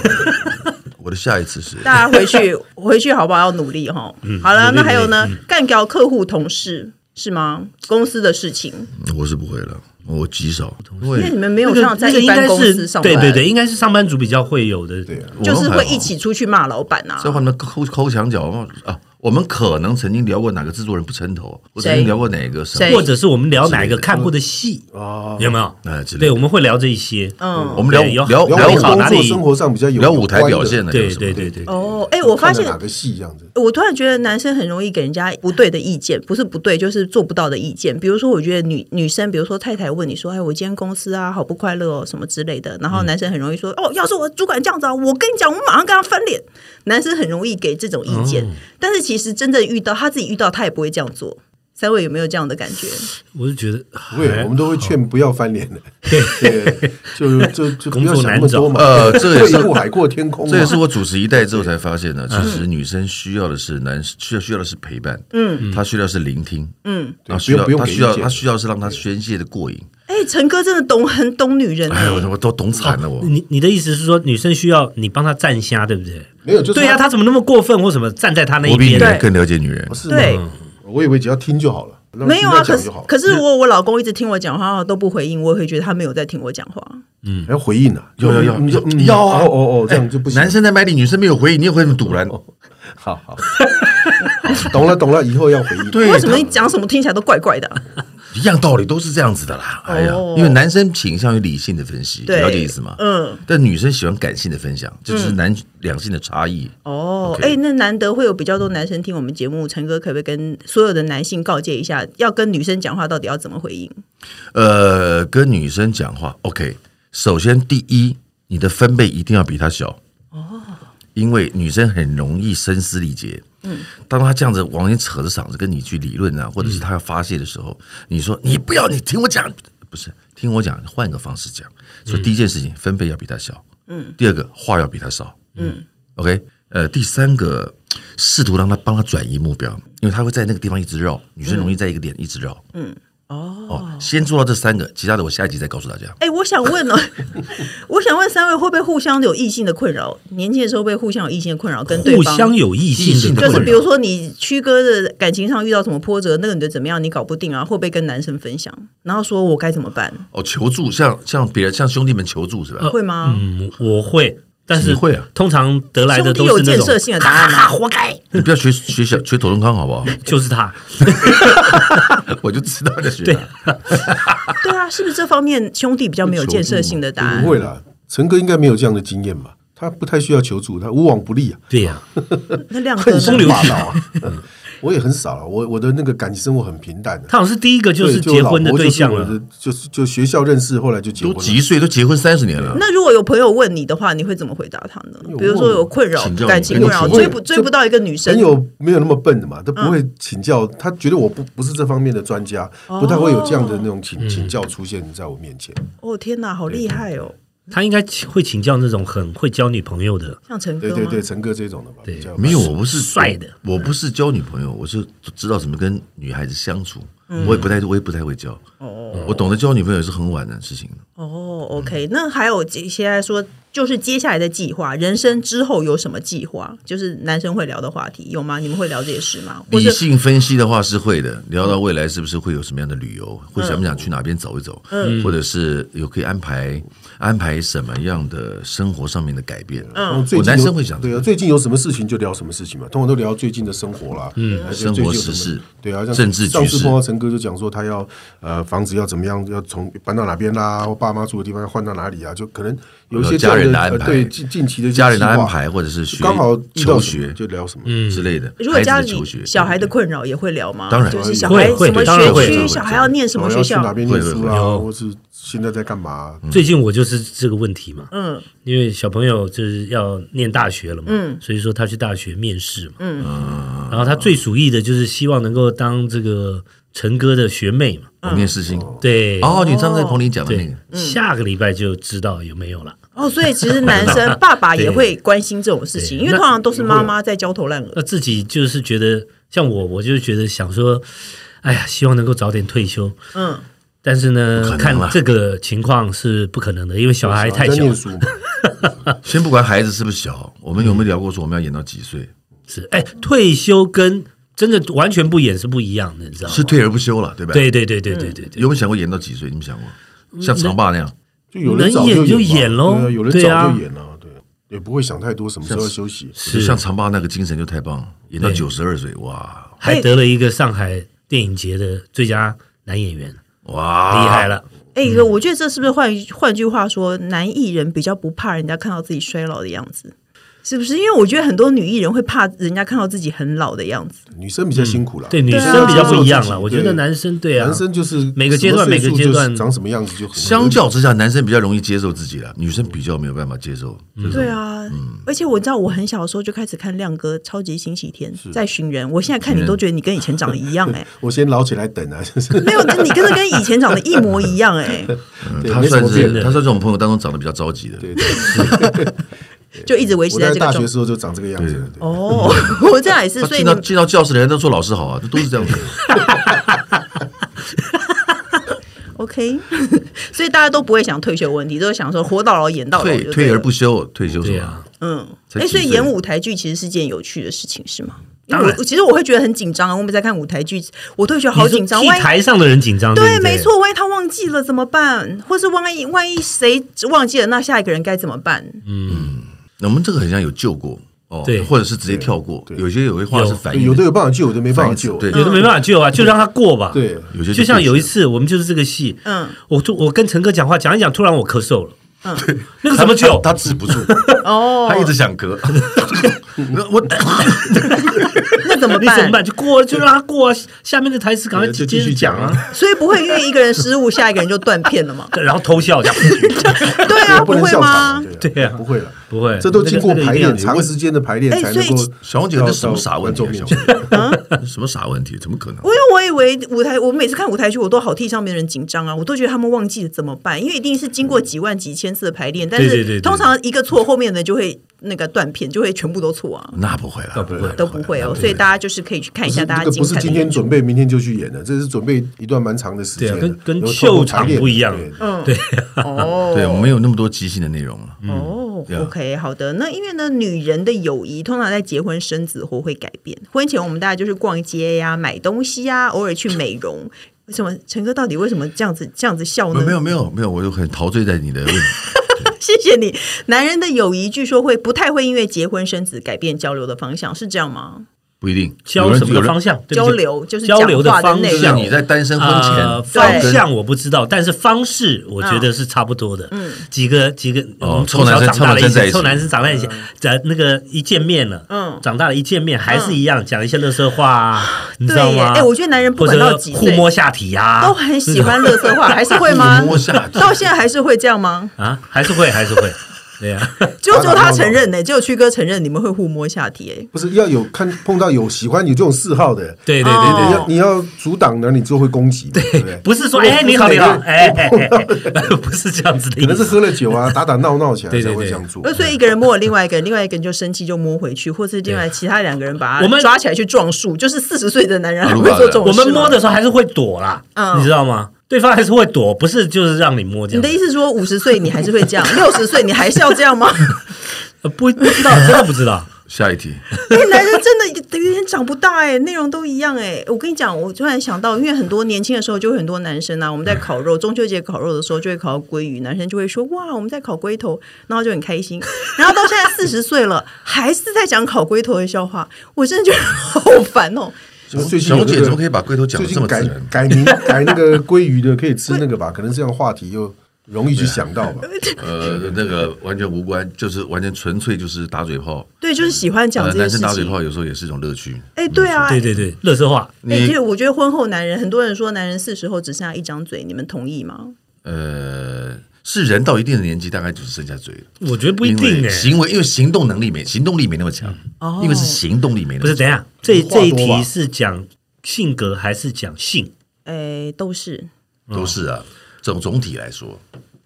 [SPEAKER 3] 我的下一次是
[SPEAKER 1] 大家 回去回去好不好？要努力哈。好了，
[SPEAKER 2] 嗯努力嗯
[SPEAKER 1] 那还有呢？干掉客户、同事是吗？公司的事情，
[SPEAKER 3] 我是不会了，我极少，因
[SPEAKER 1] 因为你
[SPEAKER 3] 为
[SPEAKER 1] 们没有
[SPEAKER 2] 那
[SPEAKER 1] 像
[SPEAKER 2] 个
[SPEAKER 1] 在
[SPEAKER 2] 那个
[SPEAKER 1] 一
[SPEAKER 2] 应
[SPEAKER 1] 般
[SPEAKER 2] 该
[SPEAKER 1] 公司
[SPEAKER 2] 是
[SPEAKER 1] 上班，
[SPEAKER 2] 对对对，，应该是上班族比较会有的。
[SPEAKER 4] 对啊，
[SPEAKER 1] 就是
[SPEAKER 3] 我们还
[SPEAKER 1] 会
[SPEAKER 3] 好
[SPEAKER 1] 一起出去骂老板啊
[SPEAKER 3] 在。外面抠抠墙角啊。我们可能曾经聊过哪个制作人不称头，或者曾
[SPEAKER 1] 谁
[SPEAKER 3] 经聊过哪个什
[SPEAKER 1] 谁
[SPEAKER 3] 么，
[SPEAKER 2] 或者是我们聊哪一个看过的戏，
[SPEAKER 4] 啊，
[SPEAKER 2] 有没有？
[SPEAKER 3] 哎之类的
[SPEAKER 2] 对，我们会聊这一些。
[SPEAKER 1] 嗯，
[SPEAKER 3] 我们聊
[SPEAKER 2] 哦对有
[SPEAKER 3] 聊
[SPEAKER 4] 聊
[SPEAKER 2] 聊
[SPEAKER 4] 我们
[SPEAKER 2] 好
[SPEAKER 4] 工
[SPEAKER 2] 哪
[SPEAKER 4] 作
[SPEAKER 2] 里？
[SPEAKER 4] 生活上比较有
[SPEAKER 3] 聊舞台
[SPEAKER 4] 有关
[SPEAKER 3] 表现
[SPEAKER 4] 的，
[SPEAKER 3] 的，
[SPEAKER 2] 对
[SPEAKER 3] 有什么
[SPEAKER 2] 对对对，
[SPEAKER 1] 哦，哎，我发
[SPEAKER 4] 看了
[SPEAKER 1] 现
[SPEAKER 4] 哪个戏这样子，
[SPEAKER 1] 我突然觉得男生很容易给人家不对的意见，不是不对，就是做不到的意见。比如说，我觉得女女生，比如说太太问你说：“哎，我今天公司啊，好不快乐哦，什么之类的。”然后男生很容易说：“哦，要是我主管这样子啊，我跟你讲，我马上跟他翻脸。”男生很容易给这种意见，但是其实真正遇到他自己遇到，他也不会这样做。三位有没有这样的感觉？
[SPEAKER 2] 我就觉得
[SPEAKER 4] 不会，我们都会劝不要翻脸的，对，就就就不
[SPEAKER 2] 工
[SPEAKER 4] 要
[SPEAKER 2] 作
[SPEAKER 4] 想那
[SPEAKER 2] 难
[SPEAKER 4] 么
[SPEAKER 2] 找
[SPEAKER 4] 多嘛，
[SPEAKER 3] 呃这也是
[SPEAKER 4] 退一步海阔天空嘛，
[SPEAKER 3] 这也是我主持一代之后才发现
[SPEAKER 4] 嗯
[SPEAKER 3] 的，其实女生需要的是男需要需要的是陪伴，嗯，她需要的是聆听，嗯，她需要
[SPEAKER 4] 不用
[SPEAKER 3] 她
[SPEAKER 4] 不用给
[SPEAKER 3] 需要
[SPEAKER 4] 意见
[SPEAKER 3] 她需要是让她宣泄的过瘾。
[SPEAKER 1] 哎，陈哥真的懂，很懂女人、
[SPEAKER 3] 哎，
[SPEAKER 1] 哎
[SPEAKER 3] 我我都懂惨了，我
[SPEAKER 2] 你你的意思是说，女生需要你帮她站虾，对不对？
[SPEAKER 4] 没有，就是
[SPEAKER 2] 对呀，她怎么那么过分，或什么站在她那一
[SPEAKER 3] 我比你
[SPEAKER 2] 边？
[SPEAKER 3] 们更了解女人
[SPEAKER 4] 不。是吗
[SPEAKER 1] 对，
[SPEAKER 4] 我以为只要听就好了，让
[SPEAKER 1] 没有啊。
[SPEAKER 4] 人
[SPEAKER 1] 可
[SPEAKER 4] 家讲
[SPEAKER 1] 是
[SPEAKER 4] 就好了
[SPEAKER 1] 可是我我老公一直听我讲话都不回应，我也会觉得他没有在听我讲话。
[SPEAKER 4] 还要回应啊，
[SPEAKER 3] 有有有
[SPEAKER 4] 你就
[SPEAKER 3] 有
[SPEAKER 4] 嗯
[SPEAKER 3] 要
[SPEAKER 4] 哦
[SPEAKER 3] 啊
[SPEAKER 4] 哦哦，这样就不行，哦
[SPEAKER 3] 男生在卖力，女生没有回应，你也会很堵然。
[SPEAKER 4] 好好， 懂了懂了，以后要回应，
[SPEAKER 3] 对，
[SPEAKER 1] 为什么你讲什么听起来都怪怪的啊、
[SPEAKER 3] 一样道理都是这样子的啦。哎呀
[SPEAKER 1] 哦，
[SPEAKER 3] 因为男生倾向于理性的分析，
[SPEAKER 1] 对
[SPEAKER 3] 了解意思吗？
[SPEAKER 1] 嗯，
[SPEAKER 3] 但女生喜欢感性的分享，这就是男两性的差异。
[SPEAKER 1] 哦，哎
[SPEAKER 3] OK
[SPEAKER 1] 那难得会有比较多男生听我们节目，陈哥可不可以跟所有的男性告诫一下，要跟女生讲话到底要怎么回应？
[SPEAKER 3] 呃，跟女生讲话，OK，首先第一，你的分贝一定要比她小哦，因为女生很容易声嘶力竭。嗯，当她这样子往你扯着嗓子跟你去理论啊，或者是她要发泄的时候，你说你不要，你听我讲，不是听我讲，换个方式讲。所以第一件事情，分贝要比她小。嗯，第二个话要比她少。嗯，OK，呃，第三个。试图让她帮她转移目标，因为她会在那个地方一直绕，女生容易在一个点一直绕。哦，先做到这三个，其他的我下一集再告诉大家。
[SPEAKER 1] 哎，我想问哦， 我想问三位会不会互相有异性的困扰？年轻的时候被互相有异性的困扰，跟对
[SPEAKER 2] 互
[SPEAKER 1] 方
[SPEAKER 2] 相有异性的
[SPEAKER 1] 就
[SPEAKER 2] 困
[SPEAKER 1] 是
[SPEAKER 2] 扰，
[SPEAKER 1] 比如说你曲哥的感情上遇到什么波折，那个女的怎么样，你搞不定啊，会不会跟男生分享？然后说我该怎么办？
[SPEAKER 3] 哦，求助，像像别人，像兄弟们求助是吧？
[SPEAKER 1] 会吗？
[SPEAKER 2] 嗯，我会，但
[SPEAKER 3] 你
[SPEAKER 2] 是
[SPEAKER 3] 会啊
[SPEAKER 2] 通常得来的
[SPEAKER 1] 兄弟
[SPEAKER 2] 都
[SPEAKER 1] 有
[SPEAKER 2] 是那
[SPEAKER 1] 建设性的
[SPEAKER 2] 种
[SPEAKER 1] 答案吗？ 活该。
[SPEAKER 3] 你不要学学小 学左宗康 好不好？
[SPEAKER 2] 就是他，
[SPEAKER 3] 我就知道你在学
[SPEAKER 2] 对
[SPEAKER 3] 他。
[SPEAKER 1] 对啊，是不是这方面兄弟比较没有建设性的答案
[SPEAKER 4] 不？会啦，陈哥应该没有这样的经验吧？他不太需要求助，他无往 不利啊。
[SPEAKER 2] 对呀、
[SPEAKER 1] 那亮哥
[SPEAKER 4] 很
[SPEAKER 1] 呢
[SPEAKER 2] 风
[SPEAKER 4] 风
[SPEAKER 2] 流
[SPEAKER 4] 流
[SPEAKER 2] 倜
[SPEAKER 4] 倜啊。我也很少了，我我的那个感情生活很平淡的、啊
[SPEAKER 2] 他好像是第一个 就是
[SPEAKER 4] 对
[SPEAKER 2] 结婚的
[SPEAKER 4] 就
[SPEAKER 2] 对
[SPEAKER 4] 是
[SPEAKER 2] 象啊
[SPEAKER 4] 我
[SPEAKER 2] 了。
[SPEAKER 4] 的，就是就学校认识，后来就结
[SPEAKER 3] 都
[SPEAKER 4] 婚
[SPEAKER 3] 几
[SPEAKER 4] 了。
[SPEAKER 3] 岁，都结婚三十年了，
[SPEAKER 1] 那如果有朋友问你的话，你会怎么回答他呢？比如说有困扰
[SPEAKER 3] 请教
[SPEAKER 1] 感情困
[SPEAKER 3] 我
[SPEAKER 1] 扰，
[SPEAKER 3] 朋
[SPEAKER 1] 追
[SPEAKER 3] 友
[SPEAKER 1] 不追不到一个女生
[SPEAKER 4] 朋，友没有那么笨的嘛，他
[SPEAKER 2] 嗯
[SPEAKER 4] 不会请教，他觉得我不不是这方面的专家，不太会有这样的那种
[SPEAKER 2] 哦
[SPEAKER 4] 请请教出现在我面前。
[SPEAKER 2] 嗯
[SPEAKER 1] 哦天哪，好厉害哦！
[SPEAKER 2] 他应该请会请教那种很会交女朋友的，
[SPEAKER 1] 像陈
[SPEAKER 4] 对
[SPEAKER 1] 哥
[SPEAKER 4] 对
[SPEAKER 1] 吗
[SPEAKER 4] 对，？陈哥这种的吧，
[SPEAKER 2] 啊对
[SPEAKER 4] 比较
[SPEAKER 3] 没有，我不是
[SPEAKER 2] 帅的，
[SPEAKER 3] 我不是交女朋友，我是知道怎么跟女孩子相处，我也不太，我也不太会交。
[SPEAKER 1] 嗯哦
[SPEAKER 3] 我懂得交女朋友也是很晚的事情。
[SPEAKER 1] 哦，OK，那还有一些来说，就是接下来的计划，人生之后有什么计划？就是男生会聊的话题有吗？你们会聊这些事吗？或
[SPEAKER 3] 理
[SPEAKER 1] 是
[SPEAKER 3] 性分析的话是会的，聊到未来是不是会有什么样的旅游，会想不想去哪边走一走，
[SPEAKER 1] 嗯
[SPEAKER 3] 或者是有可以安排安排什么样的生活上面的改
[SPEAKER 2] 嗯
[SPEAKER 3] 变。
[SPEAKER 4] 然后最
[SPEAKER 3] 我
[SPEAKER 4] 近
[SPEAKER 3] 男
[SPEAKER 4] 有
[SPEAKER 3] 生会想
[SPEAKER 4] 对啊，最近有什么事情就聊什么事情嘛，通常都聊最近的生活啦，嗯，
[SPEAKER 3] 生活时事
[SPEAKER 4] 对啊，像
[SPEAKER 3] 政治局势
[SPEAKER 4] 上次碰到陈哥就讲说他要呃房子要怎么样，要从搬到哪边啦，或爸妈住的地方要换到哪里啊，就可能有一些
[SPEAKER 3] 有家人的
[SPEAKER 4] 这样
[SPEAKER 3] 安排
[SPEAKER 4] 呃对近近期的一些
[SPEAKER 3] 家人的
[SPEAKER 4] 计划
[SPEAKER 3] 安排，或者是学
[SPEAKER 4] 刚好遇到
[SPEAKER 3] 求
[SPEAKER 4] 什么
[SPEAKER 3] 学嗯
[SPEAKER 4] 就聊什么，
[SPEAKER 2] 嗯
[SPEAKER 3] 之类的，
[SPEAKER 1] 如果家
[SPEAKER 3] 孩子
[SPEAKER 1] 里
[SPEAKER 3] 的求学
[SPEAKER 1] 小孩的困扰也会聊吗？
[SPEAKER 3] 当然
[SPEAKER 1] 就是小孩
[SPEAKER 2] 会
[SPEAKER 1] 什么
[SPEAKER 2] 会当然
[SPEAKER 1] 学
[SPEAKER 2] 会
[SPEAKER 1] 区，
[SPEAKER 3] 会
[SPEAKER 1] 小孩要念什么
[SPEAKER 4] 然后
[SPEAKER 1] 学
[SPEAKER 4] 要去哪
[SPEAKER 1] 校？
[SPEAKER 4] 边念书
[SPEAKER 3] 会嗯
[SPEAKER 2] 会
[SPEAKER 4] 啊，
[SPEAKER 2] 会
[SPEAKER 4] 或是现在在干嘛？
[SPEAKER 2] 最近我就是这个问题嘛，
[SPEAKER 1] 嗯，
[SPEAKER 2] 因为小朋友就是要念大学了嘛，所以说他去大学面试嘛，嗯，
[SPEAKER 3] 啊
[SPEAKER 2] 然后他最鼠疫的就是希望能够当这个陈哥的学妹嘛，
[SPEAKER 3] 我念世新。
[SPEAKER 2] 对，
[SPEAKER 3] 哦，你上次在棚里讲的那
[SPEAKER 2] 对
[SPEAKER 3] 个，，
[SPEAKER 1] 嗯
[SPEAKER 2] 下个礼拜就知道有没有了。
[SPEAKER 1] 哦，所以其实男生爸爸也会关心这种事情，
[SPEAKER 2] 对
[SPEAKER 1] 因为通常都是妈妈在焦头烂额。
[SPEAKER 2] 那自己就是觉得，像我，我就觉得想说，哎呀，希望能够早点退休。
[SPEAKER 1] 嗯，
[SPEAKER 2] 但是呢，
[SPEAKER 3] 不可能啦
[SPEAKER 2] 看这个情况是不可能的，因为小孩太
[SPEAKER 4] 啊在
[SPEAKER 2] 小
[SPEAKER 4] 念
[SPEAKER 2] 了。
[SPEAKER 4] 书嘛，
[SPEAKER 3] 先不管孩子是不是小，我们有没有聊过说我们要演到几岁？
[SPEAKER 2] 是哎，退休跟真的完全不演是不一样的，你知道吗？
[SPEAKER 3] 是退而不休了，对吧？，
[SPEAKER 2] 对对对对
[SPEAKER 4] 嗯
[SPEAKER 2] 对对对，嗯
[SPEAKER 3] 有没有想过演到几岁？你们想过？像长爸那样，
[SPEAKER 4] 就有人早
[SPEAKER 2] 能演就
[SPEAKER 4] 演
[SPEAKER 2] 演
[SPEAKER 4] 嘛
[SPEAKER 2] 咯
[SPEAKER 4] 对啊有人
[SPEAKER 2] 对啊
[SPEAKER 4] 早就演了，对，也不会想太多什么时候要休息。
[SPEAKER 3] 就是像长爸那个精神就太棒了，演到
[SPEAKER 2] 对
[SPEAKER 3] 九十二岁，哇
[SPEAKER 2] 还
[SPEAKER 1] 哎
[SPEAKER 2] 得了一个上海电影节的最佳男演员，
[SPEAKER 3] 哇，
[SPEAKER 4] 啊
[SPEAKER 2] 厉害！了。
[SPEAKER 1] 哎、哥，我觉得这是不是换换句话说，男艺人比较不怕人家看到自己衰老的样子，是不是？因为我觉得很多女艺人会怕人家看到自己很老的样子。
[SPEAKER 4] 女生比较辛苦了，
[SPEAKER 2] 对，女
[SPEAKER 1] 啊
[SPEAKER 2] 生比较不一样
[SPEAKER 4] 就是
[SPEAKER 2] 了，我
[SPEAKER 4] 对
[SPEAKER 2] 觉得男生对啊，
[SPEAKER 4] 男生就是
[SPEAKER 2] 每个阶段
[SPEAKER 4] 什么岁数
[SPEAKER 2] 每个阶段
[SPEAKER 4] 就是长什么样子就很
[SPEAKER 3] 相较之下，男生比较容易接受自己了，女生比较没有办法接受。
[SPEAKER 2] 嗯
[SPEAKER 1] 对啊，而且我知道我很小的时候就开始看亮哥《超级星期天》在寻人，我现在看你都觉得你跟以前长得一样哎、
[SPEAKER 4] 我先捞起来等啊， 就是
[SPEAKER 1] 没有，就你跟的跟以前长得一模一样哎、
[SPEAKER 3] 嗯
[SPEAKER 4] 对
[SPEAKER 3] 他
[SPEAKER 4] 没什
[SPEAKER 3] 算
[SPEAKER 4] 么
[SPEAKER 3] 是
[SPEAKER 4] 变
[SPEAKER 3] 他算是我们朋友当中长得比较着急的，
[SPEAKER 4] 对对，
[SPEAKER 1] 就一直维持
[SPEAKER 4] 我
[SPEAKER 1] 在
[SPEAKER 4] 在
[SPEAKER 1] 这
[SPEAKER 4] 大
[SPEAKER 1] 个
[SPEAKER 4] 学
[SPEAKER 1] 状态。
[SPEAKER 4] 时候就长这个样子了。对
[SPEAKER 1] 哦， 我这样也是，
[SPEAKER 3] 他
[SPEAKER 1] 所以
[SPEAKER 3] 进
[SPEAKER 1] 你
[SPEAKER 3] 到进到教室，人家都说老师好啊，都都是这样子。
[SPEAKER 1] OK，所以 大家都不会想退休问题，都是想说活到老演到老就
[SPEAKER 3] 退
[SPEAKER 1] 对了，
[SPEAKER 3] 退而不休，退休什
[SPEAKER 2] 对
[SPEAKER 3] 么
[SPEAKER 2] 啊？，
[SPEAKER 1] 嗯，
[SPEAKER 3] 才
[SPEAKER 1] 哎、
[SPEAKER 3] 几
[SPEAKER 1] 所以
[SPEAKER 3] 岁
[SPEAKER 1] 演舞台剧其实是件有趣的事情，是吗？因
[SPEAKER 2] 当
[SPEAKER 1] 为
[SPEAKER 2] 然
[SPEAKER 1] 我其实我会觉得很紧张啊，我们在看舞台剧，我都会觉
[SPEAKER 4] 啊
[SPEAKER 1] 得好紧张，
[SPEAKER 2] 你说
[SPEAKER 1] 万
[SPEAKER 2] 替
[SPEAKER 1] 一
[SPEAKER 2] 台上的人紧张，
[SPEAKER 1] 对，
[SPEAKER 2] 不
[SPEAKER 1] 没。错，万一他忘记了怎么办？或是万一万一谁忘记了，那下一个人该怎么办？
[SPEAKER 2] 嗯
[SPEAKER 3] 我们这个很像有救过哦，
[SPEAKER 2] 对
[SPEAKER 3] 或者是直接跳过，有些有些话是反应，
[SPEAKER 4] 有的有办法救，有的没办法救。
[SPEAKER 3] 对
[SPEAKER 2] 有的没办法救啊，就让他过吧。
[SPEAKER 4] 嗯对
[SPEAKER 3] 有些
[SPEAKER 2] 就像有一次，我们就是这个戏，
[SPEAKER 1] 嗯，
[SPEAKER 2] 我就我跟陈哥讲话，讲一讲，突然我咳嗽了，嗯， 那个怎么救？
[SPEAKER 3] 他治不住，
[SPEAKER 1] 哦，
[SPEAKER 3] 他一直想咳。我
[SPEAKER 1] 那怎么
[SPEAKER 2] 你怎么
[SPEAKER 1] 办？
[SPEAKER 2] 办？就过，就让他过啊。下面的台词赶快
[SPEAKER 4] 对就
[SPEAKER 2] 接
[SPEAKER 4] 继
[SPEAKER 2] 着
[SPEAKER 4] 续
[SPEAKER 2] 讲
[SPEAKER 4] 讲
[SPEAKER 2] 啊，
[SPEAKER 1] 所以不会因为一个人失误， 下一个人就断片了嘛？
[SPEAKER 2] 对然后偷笑这样。
[SPEAKER 1] 对啊，
[SPEAKER 4] 不能
[SPEAKER 1] 会
[SPEAKER 4] 笑
[SPEAKER 1] 吗
[SPEAKER 4] 场啊？？
[SPEAKER 2] 对啊
[SPEAKER 4] 不会了。
[SPEAKER 2] 不会，
[SPEAKER 4] 这都经过
[SPEAKER 2] 那个
[SPEAKER 4] 排练，
[SPEAKER 2] 那个一定要
[SPEAKER 4] 长时间的排练
[SPEAKER 1] 哎
[SPEAKER 4] 才
[SPEAKER 1] 所
[SPEAKER 4] 能
[SPEAKER 1] 以
[SPEAKER 4] 够
[SPEAKER 1] 其。
[SPEAKER 3] 小王姐，
[SPEAKER 4] 到
[SPEAKER 3] 这什么傻问题
[SPEAKER 4] 到
[SPEAKER 3] 啊？
[SPEAKER 4] 观
[SPEAKER 3] 小
[SPEAKER 4] 众
[SPEAKER 3] 王姐，什么傻问题？怎么可能
[SPEAKER 1] 因？为我以为舞台，我每次看舞台剧，我都好替上面的人紧张啊，我都觉得他们忘记了怎么办，因为一定是经过几万几千次的排练，但
[SPEAKER 2] 嗯对对对
[SPEAKER 1] 是
[SPEAKER 2] 对
[SPEAKER 1] 通常一个错，后面的就会那个断片，就会全部都错啊，
[SPEAKER 3] 那不会了，
[SPEAKER 2] 那不会
[SPEAKER 1] 都不会哦，所以大家就是可以去看一
[SPEAKER 4] 不是
[SPEAKER 1] 下大家
[SPEAKER 4] 这个不
[SPEAKER 1] 精
[SPEAKER 4] 是
[SPEAKER 1] 彩的
[SPEAKER 4] 今
[SPEAKER 1] 演
[SPEAKER 4] 天
[SPEAKER 1] 出。
[SPEAKER 4] 准备，明天就去演的，这是准备一段蛮长的时
[SPEAKER 2] 对
[SPEAKER 4] 间
[SPEAKER 2] 啊，
[SPEAKER 4] 的，
[SPEAKER 2] 跟跟
[SPEAKER 4] 然后透
[SPEAKER 2] 秀
[SPEAKER 4] 过排
[SPEAKER 2] 场
[SPEAKER 4] 练
[SPEAKER 2] 不一样
[SPEAKER 4] 对，
[SPEAKER 1] 嗯，
[SPEAKER 2] 对
[SPEAKER 1] 哦，
[SPEAKER 3] 对，我们有那么多即兴的内容了。
[SPEAKER 1] 哦、
[SPEAKER 3] 对啊
[SPEAKER 1] o k 好的。那因为呢，女人的友谊通常在结婚生子后会改变。婚前我们大家就是逛街呀、买东西呀、偶尔去美容。为什么陈哥到底为什么这样子这样子笑
[SPEAKER 3] 没
[SPEAKER 1] 呢？
[SPEAKER 3] 有没有没有没有，我就很陶醉在你的问题。
[SPEAKER 1] 谢谢你。男人的友谊据说会不太会因为结婚生子改变交流的方向，是这样吗？
[SPEAKER 3] 不一定，有
[SPEAKER 2] 交
[SPEAKER 3] 人
[SPEAKER 2] 什
[SPEAKER 3] 有
[SPEAKER 2] 么的
[SPEAKER 3] 人
[SPEAKER 2] 方向？对不
[SPEAKER 1] 交
[SPEAKER 2] 起
[SPEAKER 1] 流就是
[SPEAKER 2] 交
[SPEAKER 1] 讲
[SPEAKER 2] 流的
[SPEAKER 1] 话的
[SPEAKER 2] 方
[SPEAKER 1] 内
[SPEAKER 3] 就
[SPEAKER 1] 容
[SPEAKER 3] 是
[SPEAKER 2] 向
[SPEAKER 3] 你在单身婚
[SPEAKER 2] 呃
[SPEAKER 3] 前
[SPEAKER 2] 方
[SPEAKER 3] 要跟
[SPEAKER 2] 向我不知道，但是方式我觉
[SPEAKER 1] 嗯
[SPEAKER 2] 得是差不多的。几个几个，
[SPEAKER 3] 哦
[SPEAKER 2] 我们从小长大了
[SPEAKER 3] 臭男
[SPEAKER 2] 一
[SPEAKER 3] 生在一起
[SPEAKER 2] 起，臭男生长在一起，在那个一见面了，
[SPEAKER 1] 嗯
[SPEAKER 2] 长大了一见面还是一样讲一些乐色话啊，你知
[SPEAKER 1] 对
[SPEAKER 2] 道
[SPEAKER 1] 耶，
[SPEAKER 2] 吗？
[SPEAKER 1] 哎、我觉得男人不
[SPEAKER 2] 或
[SPEAKER 1] 管到
[SPEAKER 2] 者
[SPEAKER 1] 几
[SPEAKER 2] 互
[SPEAKER 1] 岁，
[SPEAKER 2] 摸下体啊，
[SPEAKER 1] 都很喜欢乐色话，还是会吗
[SPEAKER 3] 抚？摸下体，
[SPEAKER 1] 到现在还是会这样吗？
[SPEAKER 2] 啊，还是会 还是会，对呀，
[SPEAKER 1] 只有只有他承认呢、只有曲哥承认你们会互摸下体、哎。
[SPEAKER 4] 不是要有看碰到有喜欢你这种嗜好的，
[SPEAKER 2] 对对
[SPEAKER 1] 哦
[SPEAKER 2] 对对
[SPEAKER 4] 你
[SPEAKER 2] 对。
[SPEAKER 4] 要你要阻挡呢，你就会攻击嘛，对不对？
[SPEAKER 2] 不是说
[SPEAKER 4] 如果
[SPEAKER 2] 哎，
[SPEAKER 4] 不
[SPEAKER 2] 你好，
[SPEAKER 4] 每
[SPEAKER 2] 你好，
[SPEAKER 4] 个人
[SPEAKER 2] 哎，哎哎哎 不是这样子的
[SPEAKER 4] 可
[SPEAKER 2] 意
[SPEAKER 4] 能是
[SPEAKER 2] 思，
[SPEAKER 4] 喝了酒啊，打打闹闹起来
[SPEAKER 2] 对对
[SPEAKER 4] 才会
[SPEAKER 2] 对
[SPEAKER 4] 这样做。
[SPEAKER 1] 呃，所以一个人摸了另外一个人，另外一个人就生气就摸回去，或是另外其他两个人把他
[SPEAKER 2] 我们
[SPEAKER 1] 抓起来去撞树，就是四十岁的男人还
[SPEAKER 3] 啊
[SPEAKER 1] 会
[SPEAKER 3] 如果
[SPEAKER 1] 做这
[SPEAKER 4] 哦
[SPEAKER 1] 种
[SPEAKER 2] 我
[SPEAKER 1] 事吗
[SPEAKER 2] 们摸的，时候还是会躲啦，
[SPEAKER 1] 嗯
[SPEAKER 2] 你知道吗？对方还是会躲，不是就是让你摸这
[SPEAKER 1] 你
[SPEAKER 2] 样子。
[SPEAKER 1] 的意思是说五十岁你还是会这 样，六十岁你还是要这样吗？
[SPEAKER 2] 呃不不 知道，真的不知道。
[SPEAKER 3] 下一题，
[SPEAKER 1] 哎、男人真的有点长不大哎、内容都一样哎、我跟你讲，我突然想到，因为很多年轻的时候就有很多男生啊，我们在烤肉，中秋节烤肉的时候就会烤到鲑鱼，男生就会说哇我们在烤龟头，然后就很开心。 然后到现在四十岁了，还是在讲烤龟头的笑话，我真的觉得好烦哦、
[SPEAKER 4] 就是最近
[SPEAKER 3] 小
[SPEAKER 4] 有
[SPEAKER 3] 王
[SPEAKER 4] 这
[SPEAKER 3] 姐
[SPEAKER 4] 个
[SPEAKER 3] 怎么可以把龟头讲的这
[SPEAKER 4] 最近
[SPEAKER 3] 么自
[SPEAKER 4] 改
[SPEAKER 3] 然？
[SPEAKER 4] 改名改那个鲑鱼的可以吃那个吧？可能是这样话题又容易去想到吧。
[SPEAKER 3] 呃，那个完全无关，就是完全纯粹就是打嘴炮。
[SPEAKER 1] 对，就是喜欢讲
[SPEAKER 3] 呃，
[SPEAKER 1] 这些
[SPEAKER 3] 男
[SPEAKER 1] 事
[SPEAKER 3] 生打嘴
[SPEAKER 1] 情。
[SPEAKER 3] 炮有时候也是一种乐趣。
[SPEAKER 1] 哎、对啊，
[SPEAKER 2] 对对对，乐色话，
[SPEAKER 1] 哎、
[SPEAKER 3] 你
[SPEAKER 1] 这个我觉得婚后男人，很多人说男人四十后只剩下一张嘴，你们同意吗？
[SPEAKER 3] 呃，是人到一定的年纪，大概就只剩下嘴了。
[SPEAKER 2] 我觉得不一定
[SPEAKER 3] 因为
[SPEAKER 2] 哎。
[SPEAKER 3] 行为因为行动能力没行动力没那么强，
[SPEAKER 1] 哦
[SPEAKER 3] 因为是行动力没那
[SPEAKER 2] 不
[SPEAKER 3] 么
[SPEAKER 2] 是，
[SPEAKER 3] 强。
[SPEAKER 2] 等一下，这
[SPEAKER 4] 话多吧
[SPEAKER 2] 这一题是讲性格还是讲性？
[SPEAKER 1] 哎、都是。
[SPEAKER 3] 都是啊，总总体来说，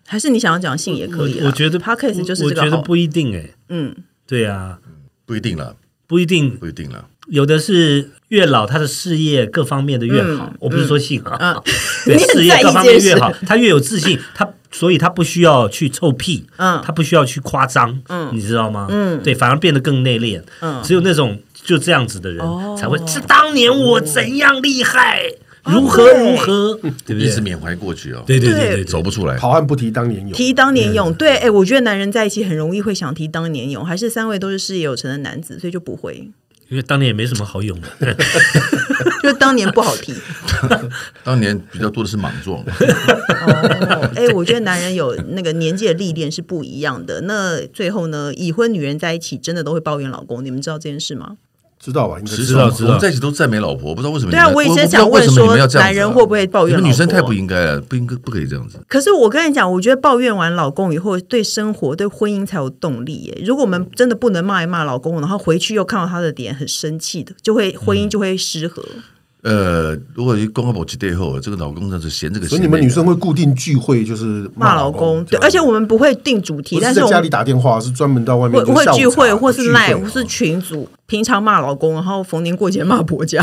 [SPEAKER 1] 还是你想要讲性也可以啦
[SPEAKER 2] 我我觉得
[SPEAKER 1] p o d c a s 就是
[SPEAKER 2] 我
[SPEAKER 1] 这个
[SPEAKER 2] 觉得
[SPEAKER 1] 好
[SPEAKER 2] 不一定哎。
[SPEAKER 1] 嗯，
[SPEAKER 2] 对啊，
[SPEAKER 3] 不一定了，
[SPEAKER 2] 不一定，
[SPEAKER 3] 不一定了。
[SPEAKER 2] 有的是越老他的事业各方面的越好。我不是说性啊，
[SPEAKER 1] 嗯
[SPEAKER 2] 对
[SPEAKER 1] 你很
[SPEAKER 2] 事
[SPEAKER 1] 在
[SPEAKER 2] 业
[SPEAKER 1] 意
[SPEAKER 2] 各方面
[SPEAKER 1] 这件
[SPEAKER 2] 越
[SPEAKER 1] 事
[SPEAKER 2] 好，他越有自信，他所以他不需要去臭屁，
[SPEAKER 1] 嗯
[SPEAKER 2] 他不需要去夸张，嗯，你知道吗？嗯，对，反而变得更内敛，
[SPEAKER 1] 嗯
[SPEAKER 2] 只有那种就这样子的
[SPEAKER 1] 哦哦
[SPEAKER 2] 人才会，是当年我怎样厉害，如何
[SPEAKER 1] 对
[SPEAKER 2] 如何，对不
[SPEAKER 3] 一直
[SPEAKER 2] 对？
[SPEAKER 3] 缅怀过去哦，
[SPEAKER 2] 对对对
[SPEAKER 1] 对
[SPEAKER 2] 对，
[SPEAKER 3] 走不出来。
[SPEAKER 4] 好汉不提当年勇，
[SPEAKER 1] 提当年勇，对，哎、我觉得男人在一起很容易会想提当年勇，还是三位都是事业有成的男子，所以就不会，
[SPEAKER 2] 因为当年也没什么好用的，
[SPEAKER 1] 就当年不好 提。
[SPEAKER 3] 当年比较多的是莽撞，
[SPEAKER 1] 哦，哎、我觉得男人有那个年纪的历练是不一样的。那最后呢，已婚女人在一起真的都会抱怨老公，你们知道这件事吗？
[SPEAKER 4] 知道吧？应该
[SPEAKER 3] 知
[SPEAKER 2] 道 知道
[SPEAKER 3] 我们在一起都赞美老婆，不知道为什么你
[SPEAKER 1] 对
[SPEAKER 3] 们。
[SPEAKER 1] 啊我也是
[SPEAKER 3] 不知
[SPEAKER 1] 想
[SPEAKER 3] 道为
[SPEAKER 1] 问
[SPEAKER 3] 什么你们
[SPEAKER 1] 说
[SPEAKER 3] 要这样子啊
[SPEAKER 1] 男人会不会抱怨
[SPEAKER 3] 你们女生
[SPEAKER 1] 老婆
[SPEAKER 3] 太不应该了，不应该不可以这样子。
[SPEAKER 1] 可是我跟你讲，我觉得抱怨完老公以后，对生活、对婚姻才有动力耶。如果我们真的不能骂一骂老公，然后回去又看到他的脸很生气的，就会婚姻就会失衡。
[SPEAKER 3] 呃，如果一公告保期对后，这个老公真是嫌这个嫌
[SPEAKER 4] 所以
[SPEAKER 3] 那
[SPEAKER 4] 你
[SPEAKER 3] 个。
[SPEAKER 4] 们女生会固定聚会，就是
[SPEAKER 1] 骂老
[SPEAKER 4] 老
[SPEAKER 1] 公，对，
[SPEAKER 4] 这样
[SPEAKER 1] 而且我们不会定主题，
[SPEAKER 4] 不
[SPEAKER 1] 但
[SPEAKER 4] 是
[SPEAKER 1] 是
[SPEAKER 4] 在
[SPEAKER 1] 我
[SPEAKER 4] 家里
[SPEAKER 1] 们
[SPEAKER 4] 打电话，是专门到外面
[SPEAKER 1] 会
[SPEAKER 4] 就
[SPEAKER 1] 会
[SPEAKER 4] 下午
[SPEAKER 1] 聚会，
[SPEAKER 4] 茶
[SPEAKER 1] 或是
[SPEAKER 4] 聚
[SPEAKER 1] 赖，
[SPEAKER 4] 会
[SPEAKER 1] 或是群组，平常骂老公，然后逢年过节骂婆家。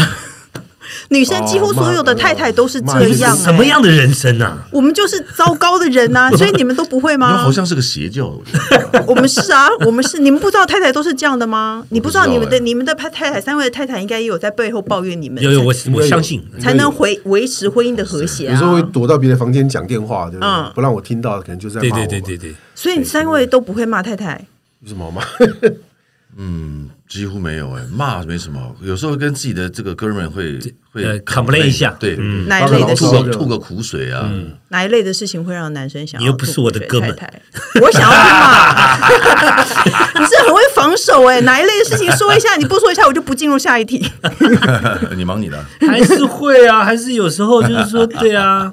[SPEAKER 1] 女生几乎
[SPEAKER 4] 哦骂
[SPEAKER 1] 所有的太太都是
[SPEAKER 4] 骂
[SPEAKER 1] 这
[SPEAKER 4] 一些
[SPEAKER 1] 样、哎
[SPEAKER 2] 什么？样的人生啊？
[SPEAKER 1] 我们就是糟糕的人呐、所以你们都不会
[SPEAKER 3] 你们
[SPEAKER 1] 吗
[SPEAKER 3] 好？像是个邪教，我觉得。
[SPEAKER 1] 我们是啊，我们是。你们不知道太太都是这样的吗？你不知道
[SPEAKER 3] 我不
[SPEAKER 1] 你
[SPEAKER 3] 知
[SPEAKER 1] 们
[SPEAKER 3] 道
[SPEAKER 1] 的、
[SPEAKER 3] 哎
[SPEAKER 1] 你们的太太三位的太太应该也有在背后抱怨你们，
[SPEAKER 2] 有有，我
[SPEAKER 1] 才
[SPEAKER 2] 我相信，
[SPEAKER 1] 才能回维持婚姻的和谐
[SPEAKER 4] 有时候会
[SPEAKER 1] 啊。
[SPEAKER 4] 躲到别的房间讲电话，对不
[SPEAKER 1] 嗯
[SPEAKER 4] 对？不让我听到，可能就在
[SPEAKER 2] 对
[SPEAKER 4] 骂我
[SPEAKER 2] 对
[SPEAKER 4] 吧。
[SPEAKER 2] 对对对，
[SPEAKER 1] 所以三位都不会骂太太。
[SPEAKER 4] 有什么好骂？
[SPEAKER 3] 嗯几乎没有哎、骂没什么好，有时候跟自己的这个哥们儿会会
[SPEAKER 2] 呃 complain 一下
[SPEAKER 3] 对，
[SPEAKER 2] 嗯
[SPEAKER 1] 哪一类的
[SPEAKER 3] 吐
[SPEAKER 1] 事
[SPEAKER 4] 情
[SPEAKER 3] 个吐个苦水啊，
[SPEAKER 1] 哪一类的事情会让男生想要？
[SPEAKER 2] 你又不是我的哥们
[SPEAKER 1] 太 太，我想要去骂。 你是很会防守哎、哪一类的事情说一下，你不说一下，我就不进入下 一题。
[SPEAKER 3] 你忙你的啊，
[SPEAKER 2] 还是会啊，还是有时候就是说，对啊，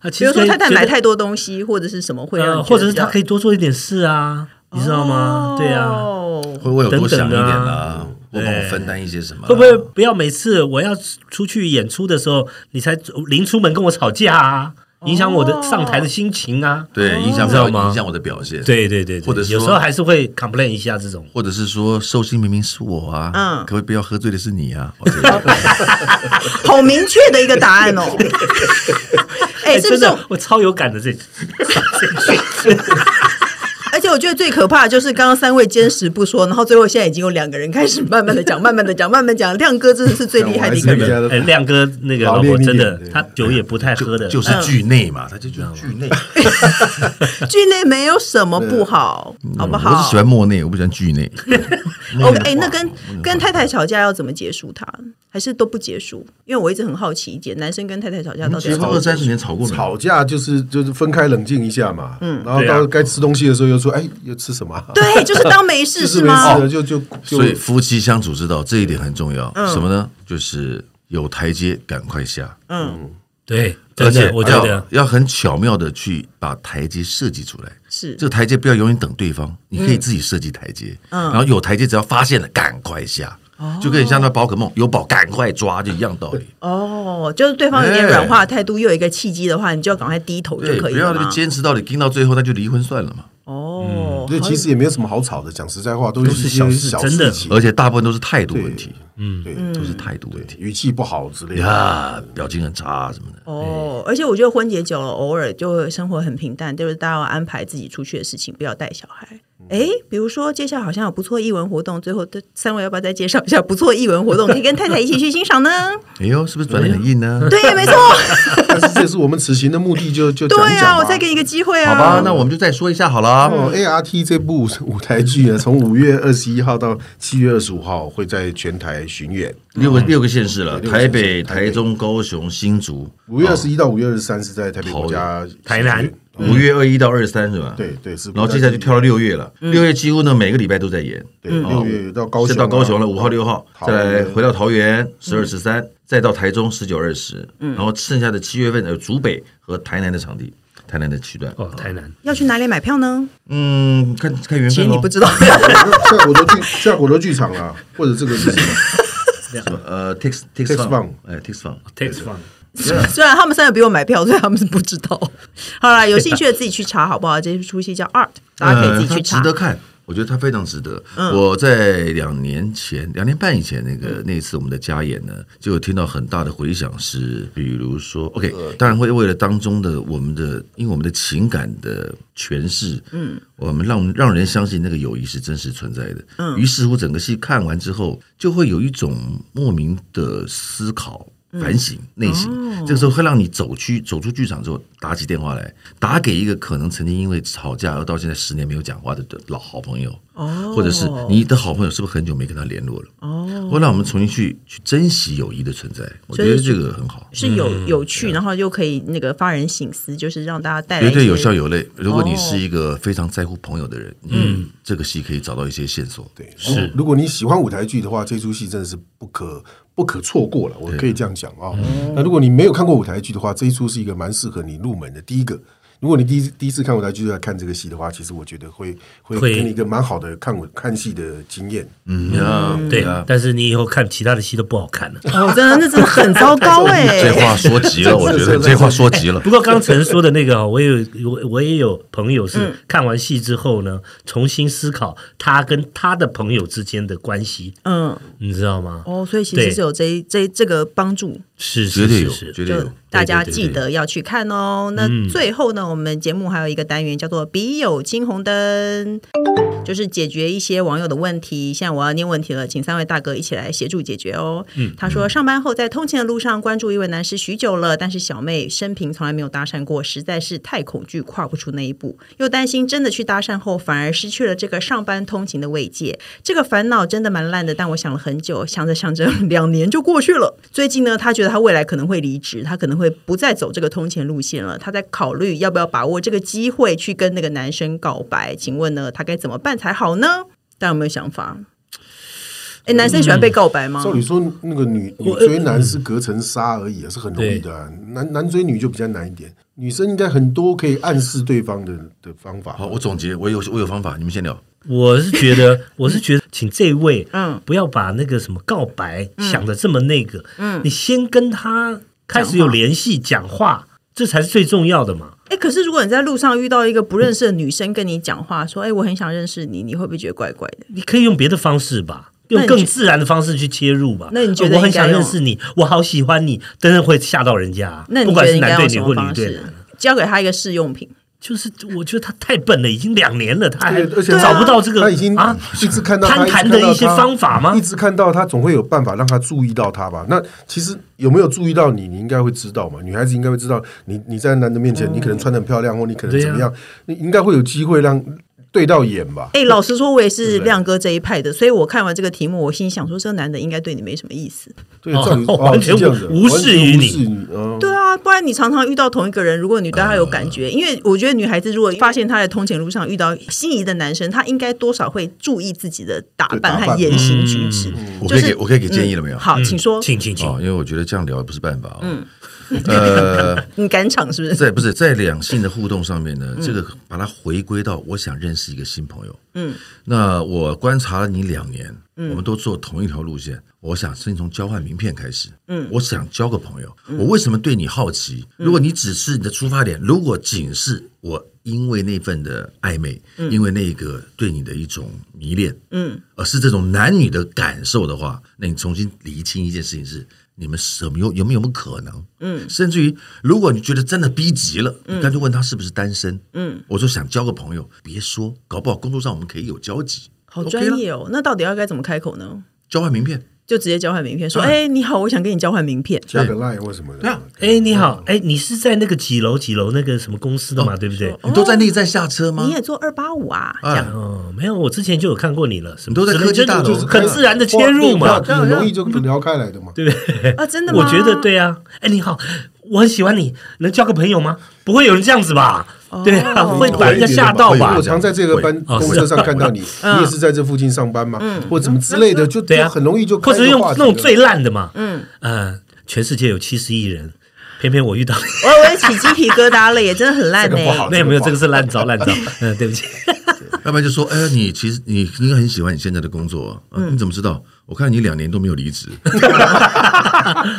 [SPEAKER 2] 啊，其
[SPEAKER 1] 比
[SPEAKER 2] 实
[SPEAKER 1] 如说太太
[SPEAKER 2] 觉得
[SPEAKER 1] 买太多东西或者是什么会让你觉
[SPEAKER 2] 呃，
[SPEAKER 1] 得
[SPEAKER 2] 或者是他可
[SPEAKER 1] 以
[SPEAKER 2] 以多做一点事啊，你知道吗？对啊呀，
[SPEAKER 1] 哦
[SPEAKER 3] 会为我多想一点
[SPEAKER 2] 等等
[SPEAKER 3] 啦
[SPEAKER 2] 啊，
[SPEAKER 3] 我帮我
[SPEAKER 2] 对
[SPEAKER 3] 分担一些什么啦？啊
[SPEAKER 2] 会不会不要每次我要出去演出的时候，你才临出门跟我吵架啊，
[SPEAKER 1] 哦
[SPEAKER 2] 影响我的上台的心情啊？
[SPEAKER 3] 对影响
[SPEAKER 2] 你知道
[SPEAKER 3] 我
[SPEAKER 2] 吗
[SPEAKER 3] 影响我的表现？，
[SPEAKER 2] 对对对，对
[SPEAKER 3] 或者说
[SPEAKER 2] 有时候还是会 complain 一下这种。
[SPEAKER 3] 或者是说寿星明明是我啊，
[SPEAKER 1] 嗯
[SPEAKER 3] 可不可以不要喝醉的是你 啊？我觉得
[SPEAKER 1] 好明确的一个答 案哦。 哎、是不是？
[SPEAKER 2] 真的，我超有感的这这句。
[SPEAKER 1] 而且我觉得最可怕的就是刚刚三位坚持不说，然后最后现在已经有两个人开始慢慢的讲，慢慢的讲，慢慢地讲。亮哥真的是最厉害的一个人。
[SPEAKER 3] 呃
[SPEAKER 2] 哎，亮哥那个老
[SPEAKER 4] 老
[SPEAKER 2] 婆
[SPEAKER 4] 练一
[SPEAKER 2] 真
[SPEAKER 4] 点
[SPEAKER 2] 的
[SPEAKER 4] 对，
[SPEAKER 2] 他酒也不太喝的，
[SPEAKER 3] 就是剧内
[SPEAKER 2] 嗯
[SPEAKER 3] 嘛，他就觉得剧内。
[SPEAKER 1] 剧内没有什么不好，好不好？
[SPEAKER 3] 嗯我只喜欢莫内，我不喜欢 剧内。
[SPEAKER 1] 哦，哎，那跟
[SPEAKER 4] 嗯
[SPEAKER 1] 跟太太吵架要怎么结束它？还是都不结束？因为我一直很好奇，姐，男生跟太太吵
[SPEAKER 4] 嗯
[SPEAKER 1] 架到底
[SPEAKER 3] 结
[SPEAKER 1] 要
[SPEAKER 3] 婚
[SPEAKER 1] 怎
[SPEAKER 3] 二
[SPEAKER 1] 么？
[SPEAKER 3] 三十年吵
[SPEAKER 1] 嗯
[SPEAKER 3] 过没？
[SPEAKER 4] 吵架就是就是分开冷静一下嘛，嗯，然后
[SPEAKER 2] 对啊
[SPEAKER 4] 到该吃东西的时候又说，哎，又吃什么啊？
[SPEAKER 1] 对，就是当没事
[SPEAKER 4] 就是
[SPEAKER 1] 是
[SPEAKER 4] 没事
[SPEAKER 1] 吗？
[SPEAKER 4] 了，就就就
[SPEAKER 3] 所以夫妻相处之道这一点很重
[SPEAKER 1] 嗯
[SPEAKER 3] 要。什么呢？就是有台阶赶快下，
[SPEAKER 1] 嗯
[SPEAKER 2] 对，
[SPEAKER 3] 而
[SPEAKER 2] 真
[SPEAKER 3] 且
[SPEAKER 2] 的，我觉
[SPEAKER 3] 要
[SPEAKER 2] 得
[SPEAKER 3] 要很巧妙的去把台阶设计出来。
[SPEAKER 1] 是
[SPEAKER 3] 这个台阶不要永远等对方，你可以
[SPEAKER 1] 嗯
[SPEAKER 3] 自己设计台阶。然后有台阶只要发现了，赶快下。就跟你像那宝可梦有宝赶快抓就一样道理，
[SPEAKER 1] 哦，就是对方有
[SPEAKER 4] 哎
[SPEAKER 1] 点软化的态度，又有一个契机的话，你就要赶快低头就
[SPEAKER 3] 对，
[SPEAKER 1] 可以
[SPEAKER 3] 不
[SPEAKER 1] 了
[SPEAKER 3] 要那个
[SPEAKER 1] 吗？
[SPEAKER 3] 坚持到底盯到最后，那就离婚算了嘛。
[SPEAKER 1] 哦，
[SPEAKER 4] 所以嗯其实也没有什么好吵的，讲实在话，都是一
[SPEAKER 2] 小
[SPEAKER 4] 些
[SPEAKER 2] 事
[SPEAKER 4] 小
[SPEAKER 2] 真的
[SPEAKER 1] 嗯
[SPEAKER 4] 事情，
[SPEAKER 3] 而且大部分都是态度问题，
[SPEAKER 4] 对，
[SPEAKER 3] 都是态度问题
[SPEAKER 4] 语气不好之类的，
[SPEAKER 3] 呀，表情很差啊什么的。
[SPEAKER 1] 哦，而且我觉得婚结久了，偶尔就会生活很平淡，就是大家要安排自己出去的事情，不要带小孩。
[SPEAKER 4] 嗯
[SPEAKER 1] 哎，比如说接下来好像有不错的艺文活动，最后这三位要不要再介绍一下不错的艺文活动，可以跟太太一起去欣赏呢？
[SPEAKER 3] 哎呦，是不是转的很硬呢？
[SPEAKER 4] 哦
[SPEAKER 1] 对，没错，
[SPEAKER 4] 但是这是我们此行的目的，就就讲
[SPEAKER 1] 对
[SPEAKER 4] 一讲
[SPEAKER 1] 啊，
[SPEAKER 4] 嘛
[SPEAKER 1] 我再给你一个嗯机会啊。
[SPEAKER 3] 好吧，那我们就再说一下好了。
[SPEAKER 4] 哦，ART 这部舞台剧啊，从五月二十一号到七月二十五号会在全台巡演。
[SPEAKER 3] 六个六个县市了，
[SPEAKER 4] 对六个
[SPEAKER 3] 台
[SPEAKER 4] 县市
[SPEAKER 3] 北、
[SPEAKER 4] 台北
[SPEAKER 3] 台中、高雄、新竹。
[SPEAKER 4] 五月二十一到五月二十三是在台北国家
[SPEAKER 2] 台南，
[SPEAKER 3] 五月二一到二十三是吧？。
[SPEAKER 4] 嗯对对是。嗯
[SPEAKER 3] 然后接下来就跳到六月了，六月几乎呢每个礼拜都在演，哦
[SPEAKER 4] 对六月到高雄
[SPEAKER 3] 先
[SPEAKER 4] 啊，嗯
[SPEAKER 3] 到高雄了，五号六号，
[SPEAKER 4] 桃
[SPEAKER 3] 再来
[SPEAKER 4] 园
[SPEAKER 3] 回到桃园十二十三，再到台中十九二十，
[SPEAKER 4] 嗯
[SPEAKER 3] 然后剩下的七月份呃竹北和台南的场地，台南的区段，
[SPEAKER 2] 哦，台南
[SPEAKER 1] 要去哪里买票呢？
[SPEAKER 3] 嗯，看看缘
[SPEAKER 1] 其实
[SPEAKER 3] 分
[SPEAKER 1] 你
[SPEAKER 3] 喽
[SPEAKER 1] 不。知 道，
[SPEAKER 4] 下果多剧下果多剧场啊，或者这个是什么
[SPEAKER 3] 呃，Tix Tix
[SPEAKER 4] Tix
[SPEAKER 3] Fun，
[SPEAKER 4] Fun
[SPEAKER 3] 哎，Tix Fun，
[SPEAKER 2] takes one。
[SPEAKER 1] 虽然他们三个比我买票，所以他们是不知道。 好啦，有兴趣的自己去查好不好？这出戏叫《Art》，大家可以自己去
[SPEAKER 3] 呃它
[SPEAKER 1] 查嗯
[SPEAKER 3] 值。得看。我觉得它非常值得。我在两年前、两年半以前那个那一次我们的家演呢，就有听到很大的回响是，比如说，OK，
[SPEAKER 1] 呃
[SPEAKER 3] 当然会为了当中的我们的，因为我们的情感的诠释，嗯，我们让让人相信那个友谊是真实存在的。嗯，于是乎整个戏看完之后，就会有一种莫名的思考。
[SPEAKER 1] 嗯
[SPEAKER 3] 反省内省，
[SPEAKER 1] 哦
[SPEAKER 3] 这个时候会让你走去走出剧场之后，打起电话来，打给一个可能曾经因为吵架而到现在十年没有讲话的老好朋友，
[SPEAKER 1] 哦
[SPEAKER 3] 或者是你的好朋友是不是很久没跟他联络了？
[SPEAKER 1] 哦，
[SPEAKER 3] 会让我们重新去去珍惜友谊的存在，我
[SPEAKER 1] 所
[SPEAKER 3] 觉
[SPEAKER 1] 以
[SPEAKER 3] 得这个很好，
[SPEAKER 1] 是有有趣，然后又可以那个发人省思，就是让大家带来
[SPEAKER 3] 啊绝
[SPEAKER 1] 一
[SPEAKER 3] 对
[SPEAKER 1] 些
[SPEAKER 3] 有笑有泪。如果你
[SPEAKER 1] 哦
[SPEAKER 3] 是一个非常在乎朋友的人，嗯，这个戏可以找到一些线索。
[SPEAKER 4] 对，是。如果你喜欢舞台剧的话，这出戏真的是不可不可错过了，我可以这样讲啊、那如果你没有看过舞台剧的话，这一出是一个蛮适合你入门的。第一个，如果你第一第一次看舞台剧就来看这个戏的话，其实我觉得会会
[SPEAKER 2] 会
[SPEAKER 4] 给你一个蛮好的看舞看戏的经验。
[SPEAKER 3] 嗯啊，
[SPEAKER 2] 对，但是你以后看其他的戏都不好看了。
[SPEAKER 1] 哦，真的，那真的很糟 糕哎、
[SPEAKER 3] 这话说 急了，我觉得这话说急 了
[SPEAKER 2] 不。过刚才说的那个， 我有我我也有朋友
[SPEAKER 3] 嗯
[SPEAKER 2] 是看完戏之后呢，重新思考他跟他的朋友之间的关系，
[SPEAKER 1] 嗯，
[SPEAKER 2] 你知道吗？
[SPEAKER 1] 哦，所以其实
[SPEAKER 2] 对
[SPEAKER 1] 是有这一这这个帮助，
[SPEAKER 2] 是
[SPEAKER 3] 绝
[SPEAKER 2] 是
[SPEAKER 3] 对
[SPEAKER 2] 是
[SPEAKER 3] 有，
[SPEAKER 2] 是，
[SPEAKER 3] 绝对
[SPEAKER 1] 就
[SPEAKER 3] 有。
[SPEAKER 1] 大家
[SPEAKER 2] 对对嗯
[SPEAKER 1] 记得要去看哦。那最后呢，我们节目还有一个单元叫做“笔友青红灯”，就是解决一些网友的问题。现在我要念问题了，请三位大哥一起来协助解决哦。
[SPEAKER 2] 嗯
[SPEAKER 1] 他说上班后在通勤的路上关注一位男士许久了，但是小妹生平从来没有搭讪过，实在是太恐惧，跨不出那一步，又担心真的去搭讪后反而失去了这个上班通勤的慰藉。这个烦恼真的蛮烂的，但我想了很久，想着想着两年就过去了。最近呢，他觉得他未来可能会离职，他可能会不再走这个通勤路线了。他在考虑要不要把握这个机会去跟那个男生告白。请问呢，他该怎么办才好呢？大家有没有想法？哎，男生喜欢被告白
[SPEAKER 2] 嗯
[SPEAKER 1] 吗？
[SPEAKER 4] 照理说，那个女女追男是隔层纱而已，是很容易的啊、男男追女就比较难一点，女生应该很多可以暗示对方的的方法。
[SPEAKER 3] 好，我总结，我有我有方法，你们先聊。
[SPEAKER 2] 我是觉得， 我是觉得，请这位，
[SPEAKER 1] 嗯
[SPEAKER 2] 嗯，不要把那个什么告白想的这么那个，嗯，你先跟他开始有联系，讲话，这才是最重要的嘛。
[SPEAKER 1] 哎，可是如果你在路上遇到一个不认识的女生跟你讲话，说：“哎，我很想认识你”，你会不会觉得怪怪的？
[SPEAKER 2] 你可以用别的方式吧，
[SPEAKER 1] 那
[SPEAKER 2] 用
[SPEAKER 1] 你
[SPEAKER 2] 更
[SPEAKER 1] 觉
[SPEAKER 2] 自然的方式去切入吧。
[SPEAKER 1] 那你觉得
[SPEAKER 2] 呃我很
[SPEAKER 1] 应该
[SPEAKER 2] 想
[SPEAKER 1] 用
[SPEAKER 2] 认识你，我好喜欢你，真的会吓到人家啊、
[SPEAKER 1] 那
[SPEAKER 2] 不
[SPEAKER 1] 你觉
[SPEAKER 2] 管
[SPEAKER 1] 得
[SPEAKER 2] 是
[SPEAKER 1] 应该
[SPEAKER 2] 男对
[SPEAKER 1] 用什
[SPEAKER 2] 女
[SPEAKER 1] 么
[SPEAKER 2] 或
[SPEAKER 1] 方
[SPEAKER 2] 女对
[SPEAKER 1] 式
[SPEAKER 2] 男。？
[SPEAKER 1] 交给他一个试用品，
[SPEAKER 2] 就是我觉得他太笨了，已经两年了，他还
[SPEAKER 4] 对，而
[SPEAKER 1] 啊
[SPEAKER 4] 且
[SPEAKER 2] 哎找不到这个
[SPEAKER 4] 他已经
[SPEAKER 2] 啊，
[SPEAKER 4] 一直看到他
[SPEAKER 2] 攀谈的一些方法吗
[SPEAKER 4] 一直看到他，总会有办法让他注意到他吧？那其实有没有注意到你，你应该会知道嘛。女孩子应该会知道你，你在男的面前，你可能穿的很漂亮，或你可能
[SPEAKER 2] 嗯对呀
[SPEAKER 4] 怎么样，你应该会有机会让对到眼吧？
[SPEAKER 1] 哎、老实说，我也是
[SPEAKER 4] 对不对
[SPEAKER 1] 亮哥这一派的，所以我看完这个题目，我心想说，这个男的应该对你没什么意思。
[SPEAKER 4] 对，
[SPEAKER 2] 哦
[SPEAKER 4] 照理哦
[SPEAKER 2] 完全
[SPEAKER 4] 是这样子
[SPEAKER 2] 无
[SPEAKER 4] 完全
[SPEAKER 2] 视于
[SPEAKER 4] 无
[SPEAKER 2] 你
[SPEAKER 4] 视于哦
[SPEAKER 1] 对啊，不然你常常遇到同一个人，如果你对他有感
[SPEAKER 4] 嗯
[SPEAKER 1] 觉，因为我觉得女孩子如果发现她在通勤路上遇到心仪的男生，她应该多少会注意自己的打扮
[SPEAKER 4] 对打
[SPEAKER 1] 和
[SPEAKER 4] 扮嗯
[SPEAKER 1] 言行举止。
[SPEAKER 3] 我
[SPEAKER 1] 就
[SPEAKER 3] 可以
[SPEAKER 1] 是嗯
[SPEAKER 3] 给我可以给建议了没有？
[SPEAKER 1] 好，请说，
[SPEAKER 2] 请请请，
[SPEAKER 3] 哦，因为我觉得这样聊不是办法。嗯，呃，
[SPEAKER 1] 你赶场是不是？
[SPEAKER 3] 在不是在两性的互动上面呢，这个把它回归到我想认识一个新朋友。嗯，那我观察了你两年，我们都做同一条路线。我想先从交换名片开始。嗯，我想交个朋友。我为什么对你好奇？如果你只是你的出发点，如果仅是我因为那份的暧昧，因为那个对你的一种迷恋，嗯，而是这种男女的感受的话，那你重新厘清一件事情是。你们什么有有没有没有可能？嗯，甚至于如果你觉得真的逼急了，
[SPEAKER 1] 嗯
[SPEAKER 3] 你干脆问他是不是单身。嗯，我说想交个朋友，别说，搞不好工作上我们可以有交集。
[SPEAKER 1] 好
[SPEAKER 3] OK
[SPEAKER 1] 专
[SPEAKER 3] 了
[SPEAKER 1] 业哦。那到底要该怎么开口呢？
[SPEAKER 3] 交换名片，
[SPEAKER 1] 就直接交换名片，
[SPEAKER 4] 嗯
[SPEAKER 1] 说：“
[SPEAKER 3] 啊
[SPEAKER 1] 哎、你好，我想跟你交换名片。
[SPEAKER 4] 加个 line 或什么
[SPEAKER 1] 嗯
[SPEAKER 3] 对
[SPEAKER 4] 的
[SPEAKER 3] 啊，
[SPEAKER 2] 哎，你好，哎，你是在那个几楼几楼那个什么公司的
[SPEAKER 1] 哦
[SPEAKER 2] 嘛，对不对？
[SPEAKER 3] 你都在那一站下车吗
[SPEAKER 1] 你？也做二八五啊？这
[SPEAKER 3] 哎
[SPEAKER 1] 样
[SPEAKER 2] 哦，没有，我之前就有看过你了，什么
[SPEAKER 3] 你都在科技大楼啊
[SPEAKER 2] 就是
[SPEAKER 4] 啊
[SPEAKER 2] 很自然的切入嘛，啊
[SPEAKER 4] 很啊容易就聊开来的嘛。
[SPEAKER 2] 对不对？
[SPEAKER 1] 啊，真的吗？
[SPEAKER 2] 我觉得对啊，哎，你好，我很喜欢你，能交个朋友吗？不会有人这样子吧？
[SPEAKER 1] 哦
[SPEAKER 2] 对啊，会把人家吓到
[SPEAKER 3] 会
[SPEAKER 2] 吧
[SPEAKER 4] 我？常在这个班
[SPEAKER 2] 哦嗯
[SPEAKER 4] 公车上看到你，你也是在这附近上班吗？或者什么之类的，就
[SPEAKER 2] 对
[SPEAKER 4] 就
[SPEAKER 2] 啊，
[SPEAKER 4] 很容易就
[SPEAKER 2] 或
[SPEAKER 4] 开
[SPEAKER 2] 者
[SPEAKER 4] 这个
[SPEAKER 2] 用
[SPEAKER 4] 话
[SPEAKER 2] 那
[SPEAKER 4] 题
[SPEAKER 2] 种
[SPEAKER 4] 了
[SPEAKER 2] 最烂的嘛，嗯呃，全世界有七十亿人，偏偏我遇到 你。
[SPEAKER 1] 我我也起鸡皮疙瘩了，也真的很烂
[SPEAKER 4] 啊这
[SPEAKER 1] 呢、
[SPEAKER 4] 个不好
[SPEAKER 2] 没有没有，这个是烂招烂 招，嗯，对不起，
[SPEAKER 3] 要不然就说，哎，你其实你应该很喜欢你现在的工作啊，
[SPEAKER 1] 嗯
[SPEAKER 3] 啊你怎么知道？我看你两年都没有离职。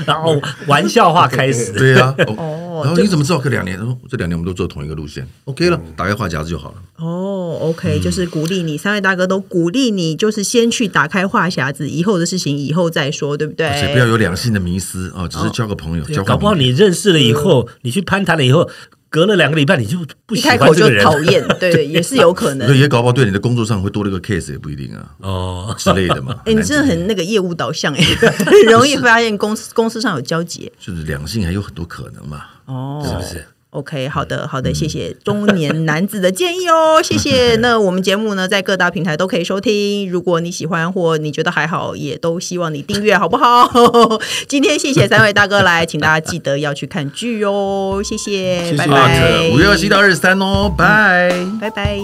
[SPEAKER 2] 然后玩笑话开 始，
[SPEAKER 3] 对呀，
[SPEAKER 1] 哦
[SPEAKER 3] 哦，然后你怎么知道？这两年，哦这两年我们都做同一个路线，OK 了，
[SPEAKER 1] 嗯
[SPEAKER 3] 打开话匣子就好了。
[SPEAKER 1] 哦，OK，就是鼓励你，三位大哥都鼓励你，就是先去打开话匣子，以后的事情以后再说，对不对
[SPEAKER 3] 而啊且？不要有两性的迷思啊，只是
[SPEAKER 1] 哦
[SPEAKER 3] 交个朋友，交换
[SPEAKER 2] 搞不好
[SPEAKER 3] 名片
[SPEAKER 2] 你认识了以后，你去攀谈了以后，隔了两个礼拜你就不
[SPEAKER 1] 一
[SPEAKER 2] 喜
[SPEAKER 1] 开
[SPEAKER 2] 欢
[SPEAKER 1] 口
[SPEAKER 2] 这
[SPEAKER 1] 就
[SPEAKER 2] 个人
[SPEAKER 1] 讨厌，对，也是有 可能
[SPEAKER 3] 所。以也搞不好对你的工作上会多了一个 case 也不一定啊
[SPEAKER 2] 哦。
[SPEAKER 3] 之类的嘛。
[SPEAKER 1] 哎、你真的很那个业务导向哎、很容易发现公司公司上有交集
[SPEAKER 3] 就是两性还有很多可能嘛。
[SPEAKER 1] 哦，
[SPEAKER 2] 是不是？嗯
[SPEAKER 1] OK，好的，好的，谢谢中年男子的建议 哦，谢谢。那我们节目呢，在各大平台都可以收听，如果你喜欢或你觉得还好，也都希望你订阅，好不好？ 今天谢谢三位大哥来，请大家记得要去看剧哦，谢谢，
[SPEAKER 4] 谢谢
[SPEAKER 2] 嗯
[SPEAKER 1] 拜
[SPEAKER 4] 好
[SPEAKER 1] 拜
[SPEAKER 4] 的，
[SPEAKER 3] 五月二十一到二十三哦，拜。
[SPEAKER 1] 拜拜。